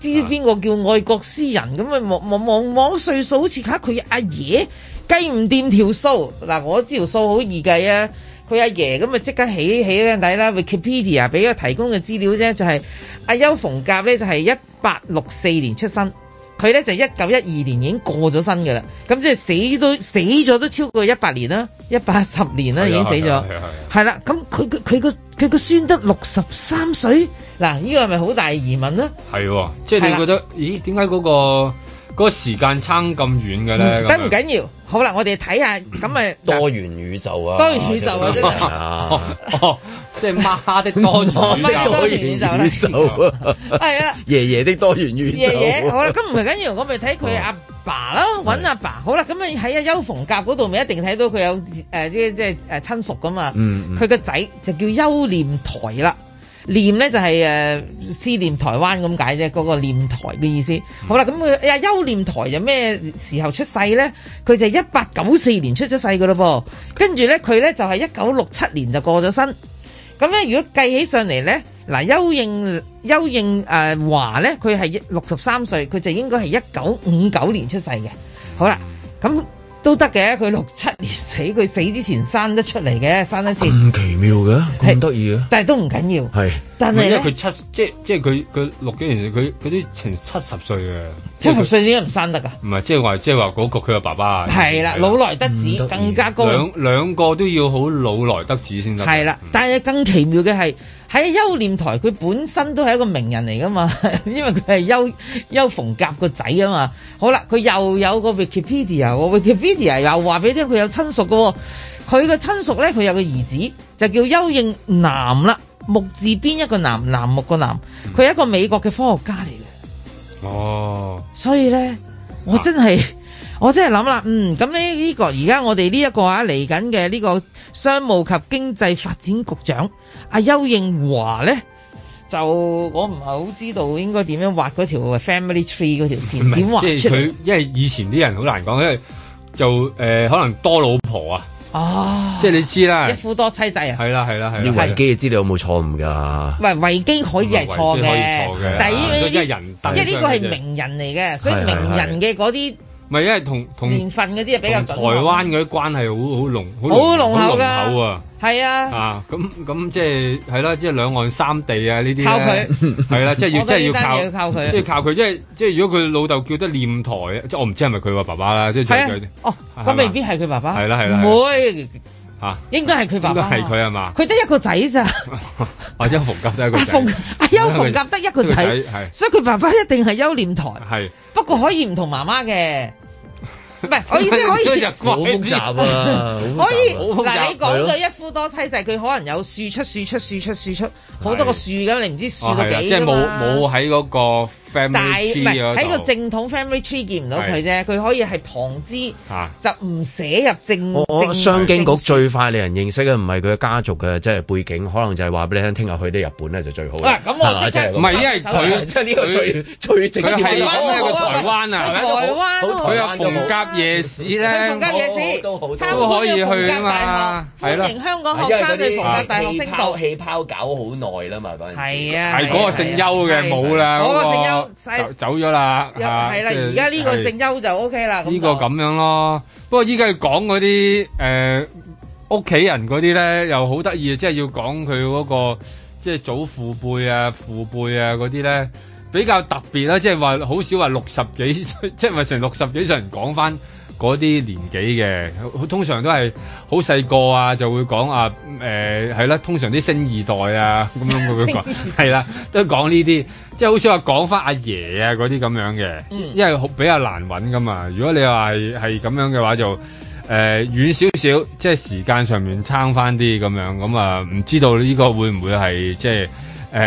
知邊個叫愛國詩人咁啊，望望望望歲數好似嚇佢阿爺計唔掂條數。嗱，我條數好易計啊。佢阿爺咁啊，即刻起起嗰底啦，Wikipedia 俾我提供嘅資料啫，就係、阿邱逢甲咧就係一八六四年出生，佢咧就一九一二年已經過咗身嘅啦，咁即係死都死咗都超過一百年啦，一百十年啦已經死係咗啊係啊係啊係啊，係啦，咁佢佢佢個佢個孫得六十三歲，嗱呢個係咪好大疑問咧？係喎，即係係你啦覺得，咦？點解嗰個嗰個時間差咁遠嘅咧？嗯得唔緊要，好啦，我哋睇下咁咪多元宇宙啊，多元宇宙啊真係啊，哦，即係媽的 多元媽的多元宇宙啦宙啊，係啊。爺爺的多元宇宙，爺爺，好啦，咁唔係緊要，我咪睇佢哦阿爸啦，揾阿爸，好啦，咁咪喺阿邱逢甲嗰度咪一定睇到佢有誒即即係誒親屬噶嘛，嗯嗯佢個仔就叫邱念台啦。念咧就係誒思念台灣咁解啫，嗰、個念台嘅意思。嗯好啦，咁佢阿邱念台就咩時候出世咧？佢就一八九四年出咗世噶咯噃，跟住咧佢咧就係一九六七年就過咗身。咁咧，如果計起上嚟咧，嗱，邱應邱應誒華咧，佢係六十三歲，佢就應該係一九五九年出世嘅。好啦，咁都得嘅，佢六七年死，佢嗯死之前生得出嚟嘅，生得切，咁奇妙嘅，咁得意嘅，但係都唔緊要。係但唔因係為咧佢七即係即係佢佢錄幾年，佢佢啲情七十歲嘅，七十歲點解唔生得㗎？唔係啊即係話即係話嗰個佢嘅爸爸係啦，老來得子更加高。兩兩個都要好老來得子先得。嗯係啦，但係更奇妙嘅係喺優念台，佢本身都係一個名人嚟噶嘛， 因為佢係優優逢甲個仔啊嘛。好啦，佢又有個 Wikipedia 喎，Wikipedia 又話俾你聽佢有親屬嘅喎，佢嘅親屬咧佢有個兒子就叫優應南啦，木字邊一個南，南木個南，嗯佢係一個美國嘅科學家嚟嘅。哦，所以咧，我真係、我真係諗啦，嗯，咁呢呢個而家我哋呢一個啊嚟緊嘅呢個商務及經濟發展局長阿邱應華咧。就我唔係好知道應該點樣畫嗰條呃 family tree 嗰條唔線，係點畫即出係佢嚟？，因為以前啲人好難講，因為就誒、呃可能多老婆啊，哦，即係你知啦一，夫多妻制啊！係啦係啦係啲啦維。基嘅資料有冇錯誤㗎？喂，維基可以係錯維基可以錯嘅嘅，但係啊因因為為呢人大因為呢個張嘅係啫名人嚟嘅，所以係係名人嘅嗰啲唔係因為同同年份嗰啲係比較準同確。台灣嗰啲關係好好濃，好好濃濃厚㗎好濃厚啊！係啊，啊，咁咁即係係啦，即係兩岸三地啊呢啲靠咧佢係啦，即係要我即覺得係呢單嘢要要靠佢即係靠佢，即係即係如果佢老豆叫得念台，即係我唔知係咪佢個爸爸啦，即係係佢啊，哦，咁未必係佢爸爸，係啦係啦唔會，嚇，應該係佢啊爸應該爸，係佢係啊嘛？ 佢得一個仔咋，或者馮夾得一個阿仔馮，阿邱馮甲得一個一個仔仔啊係，所以佢爸爸一定係邱念台，係。不過可以唔同媽媽嘅，唔係 我意思可以真係怪啲好複雜啊好複雜啊可以好複雜嗱，你講係咯咗一夫多妻制，佢可能有庶出、庶出、庶出、庶出，好多個庶咁，你唔知庶哦到係啦幾即係㗎冇嘛冇喺嗰個 family 但係唔 tree 啊係嗰喺個度正統 family tree 見唔到佢啫，佢可以係旁支，嚇就唔寫入正我我正商經局正最快令人認識嘅唔係佢嘅家族嘅，即係背景，可能就係話俾你聽，聽日去啲日本咧就最好啦。嗱啊咁我係嘛即刻係咁唔係因為佢即係呢個最最直接佢係嘅講個台灣啊，台灣都好佢有逢甲夜市 咧，逢甲夜市都好都好參觀咗逢甲大學，係啦歡迎香港學生去逢甲大學氣升泡讀。氣泡搞好耐啦嘛嗰陣時。係啊係嗰個姓邱嘅冇啦，嗰個姓嗰個邱走走咗啦，又係啦，嚇而家呢個。即係姓邱就 O K 啦。呢咁個就咁樣咯。不過依家要講嗰啲誒屋企人嗰啲咧，又好得意，即係要講佢嗰個即係祖父輩啊、父輩啊嗰啲咧，比較特別啦。即係話好少話六十幾歲， 即係咪成六十幾歲人講翻嗰啲年紀嘅，通常都係好細個啊，就會講啊誒係啦，通常啲星二代啊咁樣佢會講 係啦，都講呢啲，即係好少話講翻阿爺啊嗰啲咁樣嘅，因為好比較難揾噶嘛。如果你話係係咁樣嘅話就。誒、呃遠少少，即係時間上面撐翻啲咁樣，咁啊唔知道呢個會唔會係即係誒、呃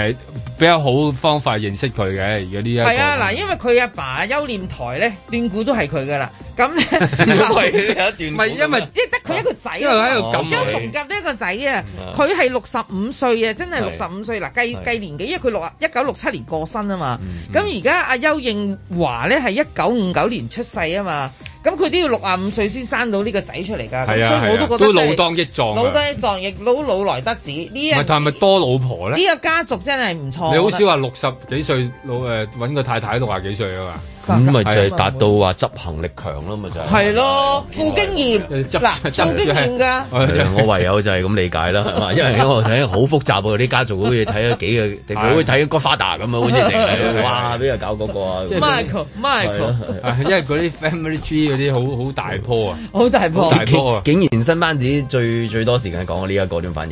比較好方法認識佢嘅？而家呢一個係啊，嗱，因為佢阿爸邱念台咧，斷估都係佢噶啦。咁咧 有一段唔係因為哦得佢一個仔啊，因為喺度撳邱佢逢甲得一個仔啊嗯，佢係六十五歲啊，真係係六十五歲嗱，計係嗯計年紀，因為佢六啊一九六七年過身啊嘛，咁而家阿邱應華咧係一九五九年出世啊嘛，咁佢都要六啊五歲先生到呢個仔出嚟係㗎，啊，咁所以我係啊都覺都老得真係當益壯啊，老得一撞，亦都老來得子呢一唔係但係咪多老婆咧？呢個家族真係唔錯，你好我覺少得話六十幾歲老誒揾個太太六廿幾歲啊咁嘛，咪就係達到話執行力強咯，咪就係。係咯，富經 驗嗱，富經驗㗎。係啊我唯有就係咁理解啦，係 嘛？因為我睇好複雜啊喎，啲家族好似睇咗幾個，佢會睇 Godfather 咁啊，好似定係哇，邊個搞嗰個啊？ Michael，Michael，係啊 因為嗰啲 family tree 嗰啲好好大波啊，好大波大波啊！竟然新班子最最多時間講呢一個添，反而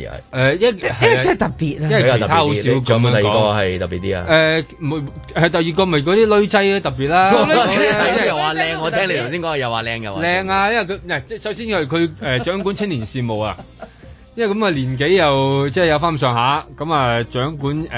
誒係一 係啊哎真係特別因為比較其特他好別少啲。咁仲有樣冇第二個講。係特別啲啊？誒，冇呃係第二個咪嗰啲女仔啊，特別啦。哦 又 話靚，我聽你頭先講又話靚又話靚啊，因為佢嗱，即係首先因為佢誒掌管青年事務啊， 因為咁啊年紀又即係有翻咁上下，咁啊掌管誒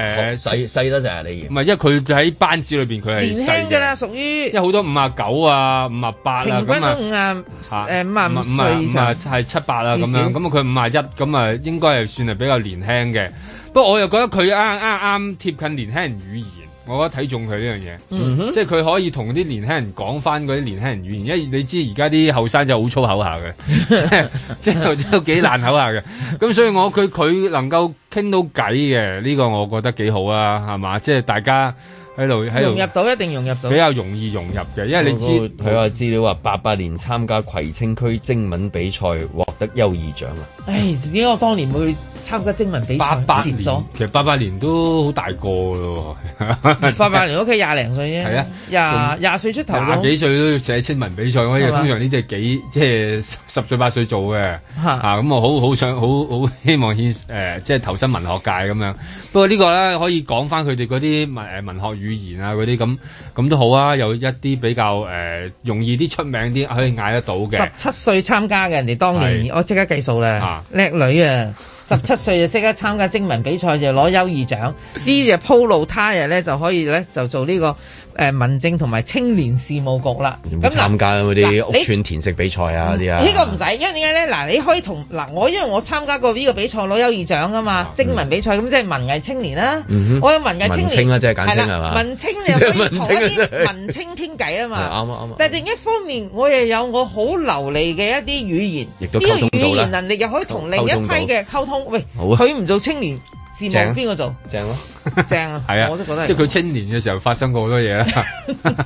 細細得滯啊你唔係，因為佢喺班子裏邊佢係年細輕㗎嘅，啦，屬於因為好多五啊九啊、五啊八啊平均咁都啊。五啊嚇誒五啊五歲以啊上。係七八啦咁至少樣，咁啊佢五啊一，咁啊應該係算係比較年輕嘅。不過我又覺得佢啱啱啱貼近年輕人語言，我覺得睇中佢呢樣嘢，嗯哼即係佢可以同啲年輕人講翻嗰啲年輕人語言，因為你知而家啲後生就好粗口下嘅，即係即係都幾爛口下嘅。咁所以我佢佢能夠傾到偈嘅呢個，我覺得幾好啊，係嘛？即係大家。誒、喺度啊喺度融入到一定融入到，比較容易融入嘅，因為你知佢話資料話八八年參加葵青區精文比賽獲得優異獎啊！唉，點解我當年會參加徵文比賽八八年蝕咗？其實八八年都好大個咯喎， 八八年屋企廿零歲啫，係啊廿廿歲出頭廿咯。幾歲都要寫清文比賽嗰係啲，嘛通常呢啲係幾即係十十歲八歲做嘅，嚇啊咁我好好想好好希望獻誒、呃即係投身文學界咁樣。不過呢個咧可以講翻佢哋嗰啲文誒文學語言啊嗰啲咁咁都好啊，有一啲比較誒、呃容易啲出名啲可以嗌得到嘅。十七歲參加嘅人哋當年，我即刻計數啦，叻女啊！十七歲就識得參加徵文比賽，就攞優異獎。呢啲就鋪路，他日咧啊就可以咧就做呢個誒民政同埋青年事務局啦。有冇咁嗱參加嗰啲嗱屋你村填食比賽啊嗯嗰啲啊？呢個唔使，因為點解咧？嗱，你可以同嗱，我因為我參加過呢個比賽攞優異獎啊嘛，徵文比賽咁即係文藝青年啦嗯哼。我有文藝青文青年啊即係簡稱係啦嘛文 青你又可以即係同文一青啊真係啲文青傾偈啊係嘛。啱啊啱啊！但係另一方面，我又有我好流利嘅一啲語言，亦呢都個溝通到啦語言能力又可以同另一溝通批到嘅溝通。喂，好啊佢唔做青年事正啊務，邊個做？正咯，正啊！係啊，我都覺得係即係佢青年嘅時候發生過好多 嘢啦。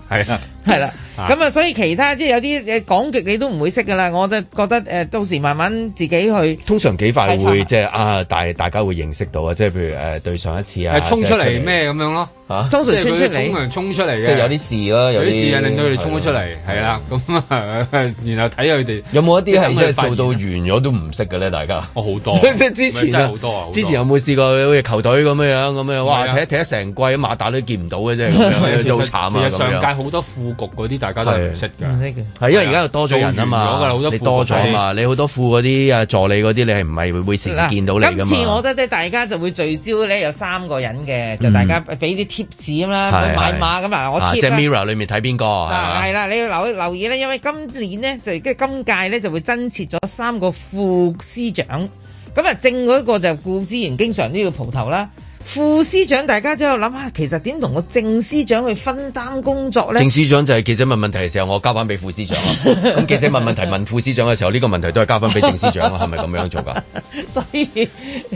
係啊，係啦，啊咁啊，所以其他即係有啲誒講極你都唔會識噶啦。我都覺得誒，到時慢慢自己去。通常幾快睇法會啊即係啊，大大家會認識到啊，即係譬如誒對上一次啊，係 衝出嚟咩咁樣咯？嚇？通常即係佢衝出嚟通常衝出嚟嘅，即係有啲事啦有有啲啲事啊，令到佢哋衝咗出嚟，係啦。咁啊，然後睇佢哋有冇一啲係即係做到到完咗都唔識嘅咧？大家我好多啊 即係之前真係啊好多啊好多之前有冇試過好似球隊咁樣樣咁樣？哇！係啊踢一踢咗成季馬打都見唔到嘅 啫，咁樣就好慘啊！其實咁上屆樣好多副局嗰啲大家都係唔識㗎，唔識嘅係因為而家又多咗人做完咗啊㗎啦嘛好多，副你多咗啊嘛，你好多副嗰啲啊助理嗰啲，你係唔係會時時嗱見到你㗎嘛？啊今次我覺得咧，大家就會聚焦咧，有三個人嘅，就大家俾啲 tips 咁啦，嗯係買馬咁嗱，我啊即 tip 係啦 Mirror 裏面睇邊個係啊，嘛係啦，你要留留意咧，因為今年咧就即係今屆咧就會增設咗三個副司長，咁啊正嗰個就顧之然經常都要蒲頭啦。副司長大家都有諗下，其實點同個正司長去分擔工作 咧正？司長就係記者問問題嘅時候，我交翻俾副司長啊。咁記者問問題問副司長嘅時候，呢個問題都係交翻俾正司長啊，係咪咁樣做㗎？ 所以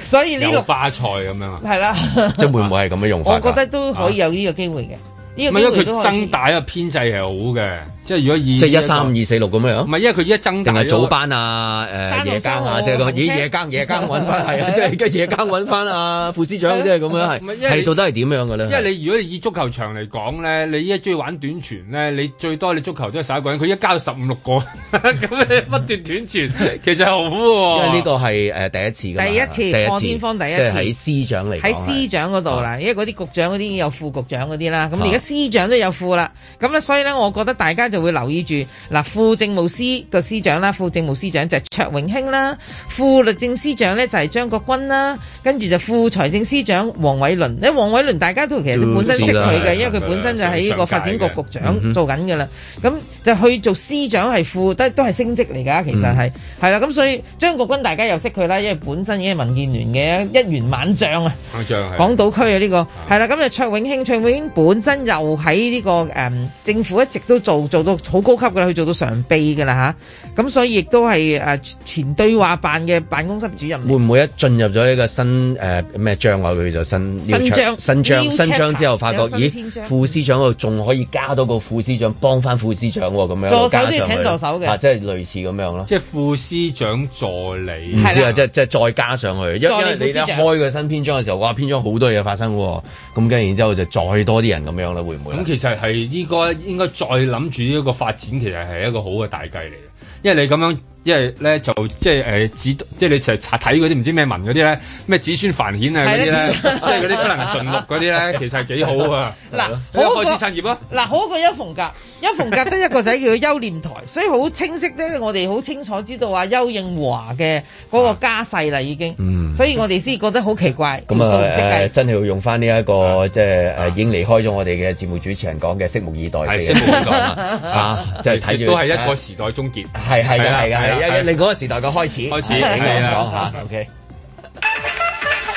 所以呢有個巴塞咁樣啊。係啦，即係會唔會係咁樣用法㗎？我覺得都可以有呢個機會嘅。呢唔個係機因為會都佢可以增大嘅編制係好嘅，即係如果以即係呢一三個二四六咁樣唔。係因為佢依家增大定係咗早班啊？誒夜更啊，即係咁。咦夜更夜更揾 翻係啊，即係跟夜更揾翻啊副司長，即係咁樣係唔係因為係到底係點樣嘅咧？因為你如果你以足球場嚟講咧，你依家中意玩短傳咧，你最多你足球都係十一個人，佢一加十五六個， 咁你不斷短傳，其實好喎。因為呢個係誒第一次㗎嘛哦第一次第一破次天荒第一即係次喺司長嚟講喺係司長嗰度啦，因為嗰啲局長嗰啲已經有副局長嗰啲啦，咁啊而家司長都有副啦，咁咧所以咧，我覺得大家就會留意住嗱，副政務司個司長啦，副政務司長就係卓永興啦，副律政司長咧就係張國軍啦，跟住就副財政司長黃偉綸，因為黃偉綸大家都其實都本身都識佢知啦啊嘅，因為佢本身就喺呢個發展局局嗯哼長做緊嘅啦，咁就去做司長係副，都都係升職嚟㗎，其實嗯係係啦，咁所以張國軍大家又識佢啦，因為本身已經係民建聯嘅一員猛將啊。膨脹係港島區啊，呢、個係啦，咁就卓永興，卓永興本身又喺呢、個誒、嗯政府一直都做做到好高級噶啦，佢做到常秘噶啦吓，咁所以亦都係誒前對話辦嘅辦公室主任嚟。會唔會一進入咗呢個新誒咩章啊？佢就新新章新章 new 新章 chapter，之後，發覺有新咦篇章副司長嗰度仲可以加多個副司長幫翻副司長喎，咁樣助手加都要上去請助手嘅啊即係類似咁樣咯。即係副司長助理，唔嗯知啊，即係即係再加上去，因助理因為你副一司長開個新篇章嘅時候，哇，篇章好多嘢發生喎，咁跟住然之後就再多啲人咁樣啦，會唔會啊？咁其實係呢個應該再諗住呢一個發展，其實係一個好嘅大計嚟嘅。因為你咁樣，因為咧就即係誒子，即係你成日查睇嗰啲唔知咩文嗰啲咧，咩子孫繁衍啊嗰啲咧，即係嗰啲不能盡錄嗰啲 咧，其實係幾好啊！嗱你好過開枝散葉咯。嗱，好過邱逢格， 邱逢格得一個仔叫做邱念台，所以好清晰咧，我哋好清楚知道啊邱應華嘅嗰個家世啦已經，嗯所以我哋先覺得好奇怪，咁條數啊唔識計誒，。真係要用翻呢一啊個即係誒已經離開咗我哋嘅節目主持人講嘅，拭目以待係四拭個目以字待啊，即係睇住啊都係一個時代終結。係係嘅啦係嘅啦係嘅，另嗰個時代嘅開始啊開始係啊你係啊講啦講嚇，OK。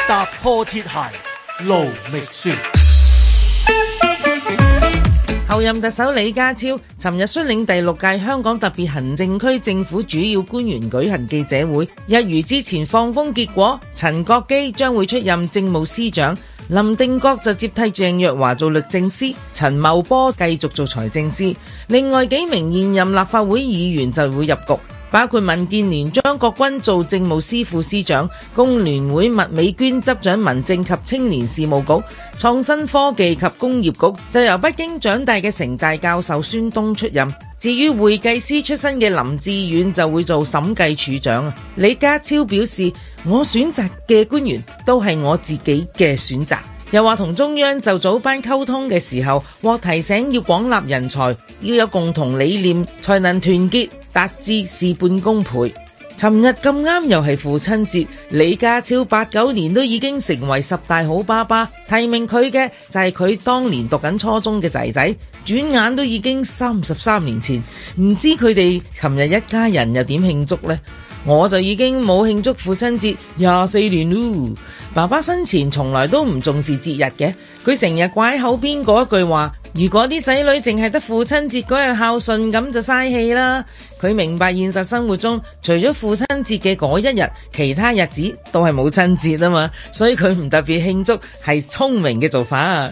踏破鐵鞋路未雪。後任特首李家超尋日率領第六屆香港特別行政區政府主要官員舉行記者會，一如之前放風結果，陳國基將會出任政務司長。林定國就接替鄭若驊做律政司，陳茂波繼續做財政司，另外幾名現任立法會議員就會入局。包括民建聯張國軍做政務司副司長，工聯會麥美娟執掌民政及青年事務局，創新科技及工業局就由北京長大嘅城大教授孫東出任。至於會計師出身嘅林志遠就會做審計處長啊。李家超表示：我選擇嘅官員都係我自己嘅選擇。又話同中央就組班溝通嘅時候，獲提醒要廣納人才，要有共同理念，才能團結，達至事半功倍。尋日咁啱又係父親節，李家超八九年都已經成為十大好爸爸，提名佢嘅就係佢當年讀緊初中嘅仔仔，轉眼都已經三十三年前，唔知佢哋尋日一家人又點慶祝呢？我就已經冇慶祝父親節廿四年咯。爸爸生前從來都唔重視節日嘅，佢成日掛喺口邊嗰一句話：如果啲仔女淨係得父親節嗰日孝順，咁就嘥氣啦。佢明白現實生活中，除咗父親節嘅嗰一日，其他日子都係母親節啊嘛，所以佢唔特別慶祝係聰明嘅做法啊。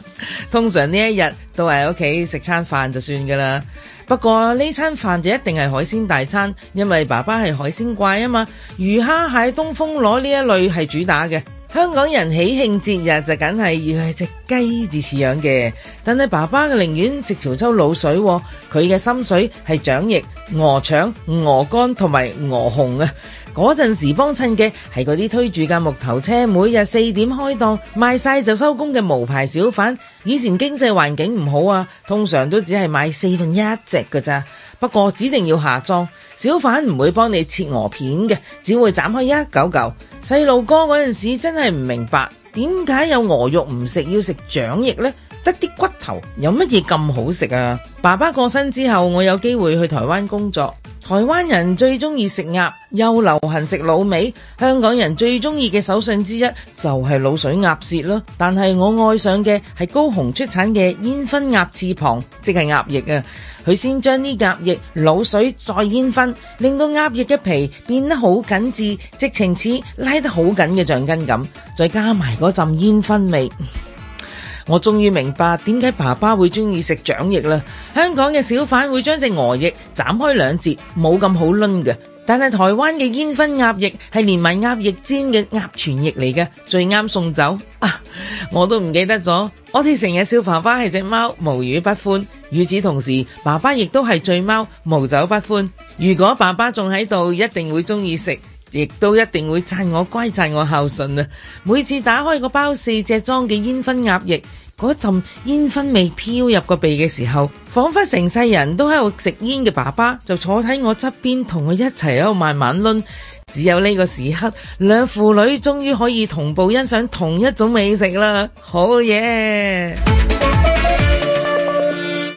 通常呢一日都係喺屋企食餐飯就算噶啦。不過呢餐飯就一定係海鮮大餐，因為爸爸係海鮮怪啊嘛，魚蝦蟹、東風螺呢一類係主打嘅。香港人喜慶節日就梗係要係隻雞至似樣嘅，但係爸爸嘅寧願食潮州滷水喎，佢嘅心水係掌翼、鵝腸、鵝肝同埋鵝紅啊！嗰陣時幫襯嘅係嗰啲推住架木頭車，每日四點開檔，賣晒就收工嘅無牌小販。以前經濟環境唔好啊，通常都只係買四分一隻㗎咋。不過指定要下裝，小販唔會幫你切鵝片嘅，只會斬開一嚿嚿。細路哥嗰陣時真係唔明白，點解有鵝肉唔食要食掌翼呢？得啲骨頭有乜嘢咁好食啊？爸爸過身之後，我有機會去台灣工作。台灣人最中意食鴨，又流行食滷味。香港人最中意嘅手信之一就係滷水鴨舌咯。但係我愛上嘅係高雄出產嘅煙燻鴨翅膀，即係鴨翼啊！佢先將啲鴨翼滷水再煙燻，令到鴨翼嘅皮變得好緊緻，直情似拉得好緊嘅橡筋咁，再加埋嗰陣煙燻味。我終於明白點解爸爸會中意食掌翼啦！香港嘅小販會將隻鵝翼斬開兩截，冇咁好攆嘅。但係台灣嘅煙燻鴨翼係連埋鴨翼尖嘅鴨全翼嚟嘅，最啱送走啊！我都唔記得咗。我哋成日笑爸爸係隻貓，無語不歡。與此同時，爸爸亦都係醉貓，無酒不歡。如果爸爸仲喺度，一定會中意食。亦都一定會讚我乖，讚我孝順啊！每次打開個包四隻裝嘅煙燻鴨翼，嗰陣煙燻味飄入個鼻嘅時候，彷彿成世人都喺度食煙嘅爸爸就坐喺我側邊，同我一齊喺度慢慢攆。只有呢個時刻，兩父女終於可以同步欣賞同一種美食啦！好嘢！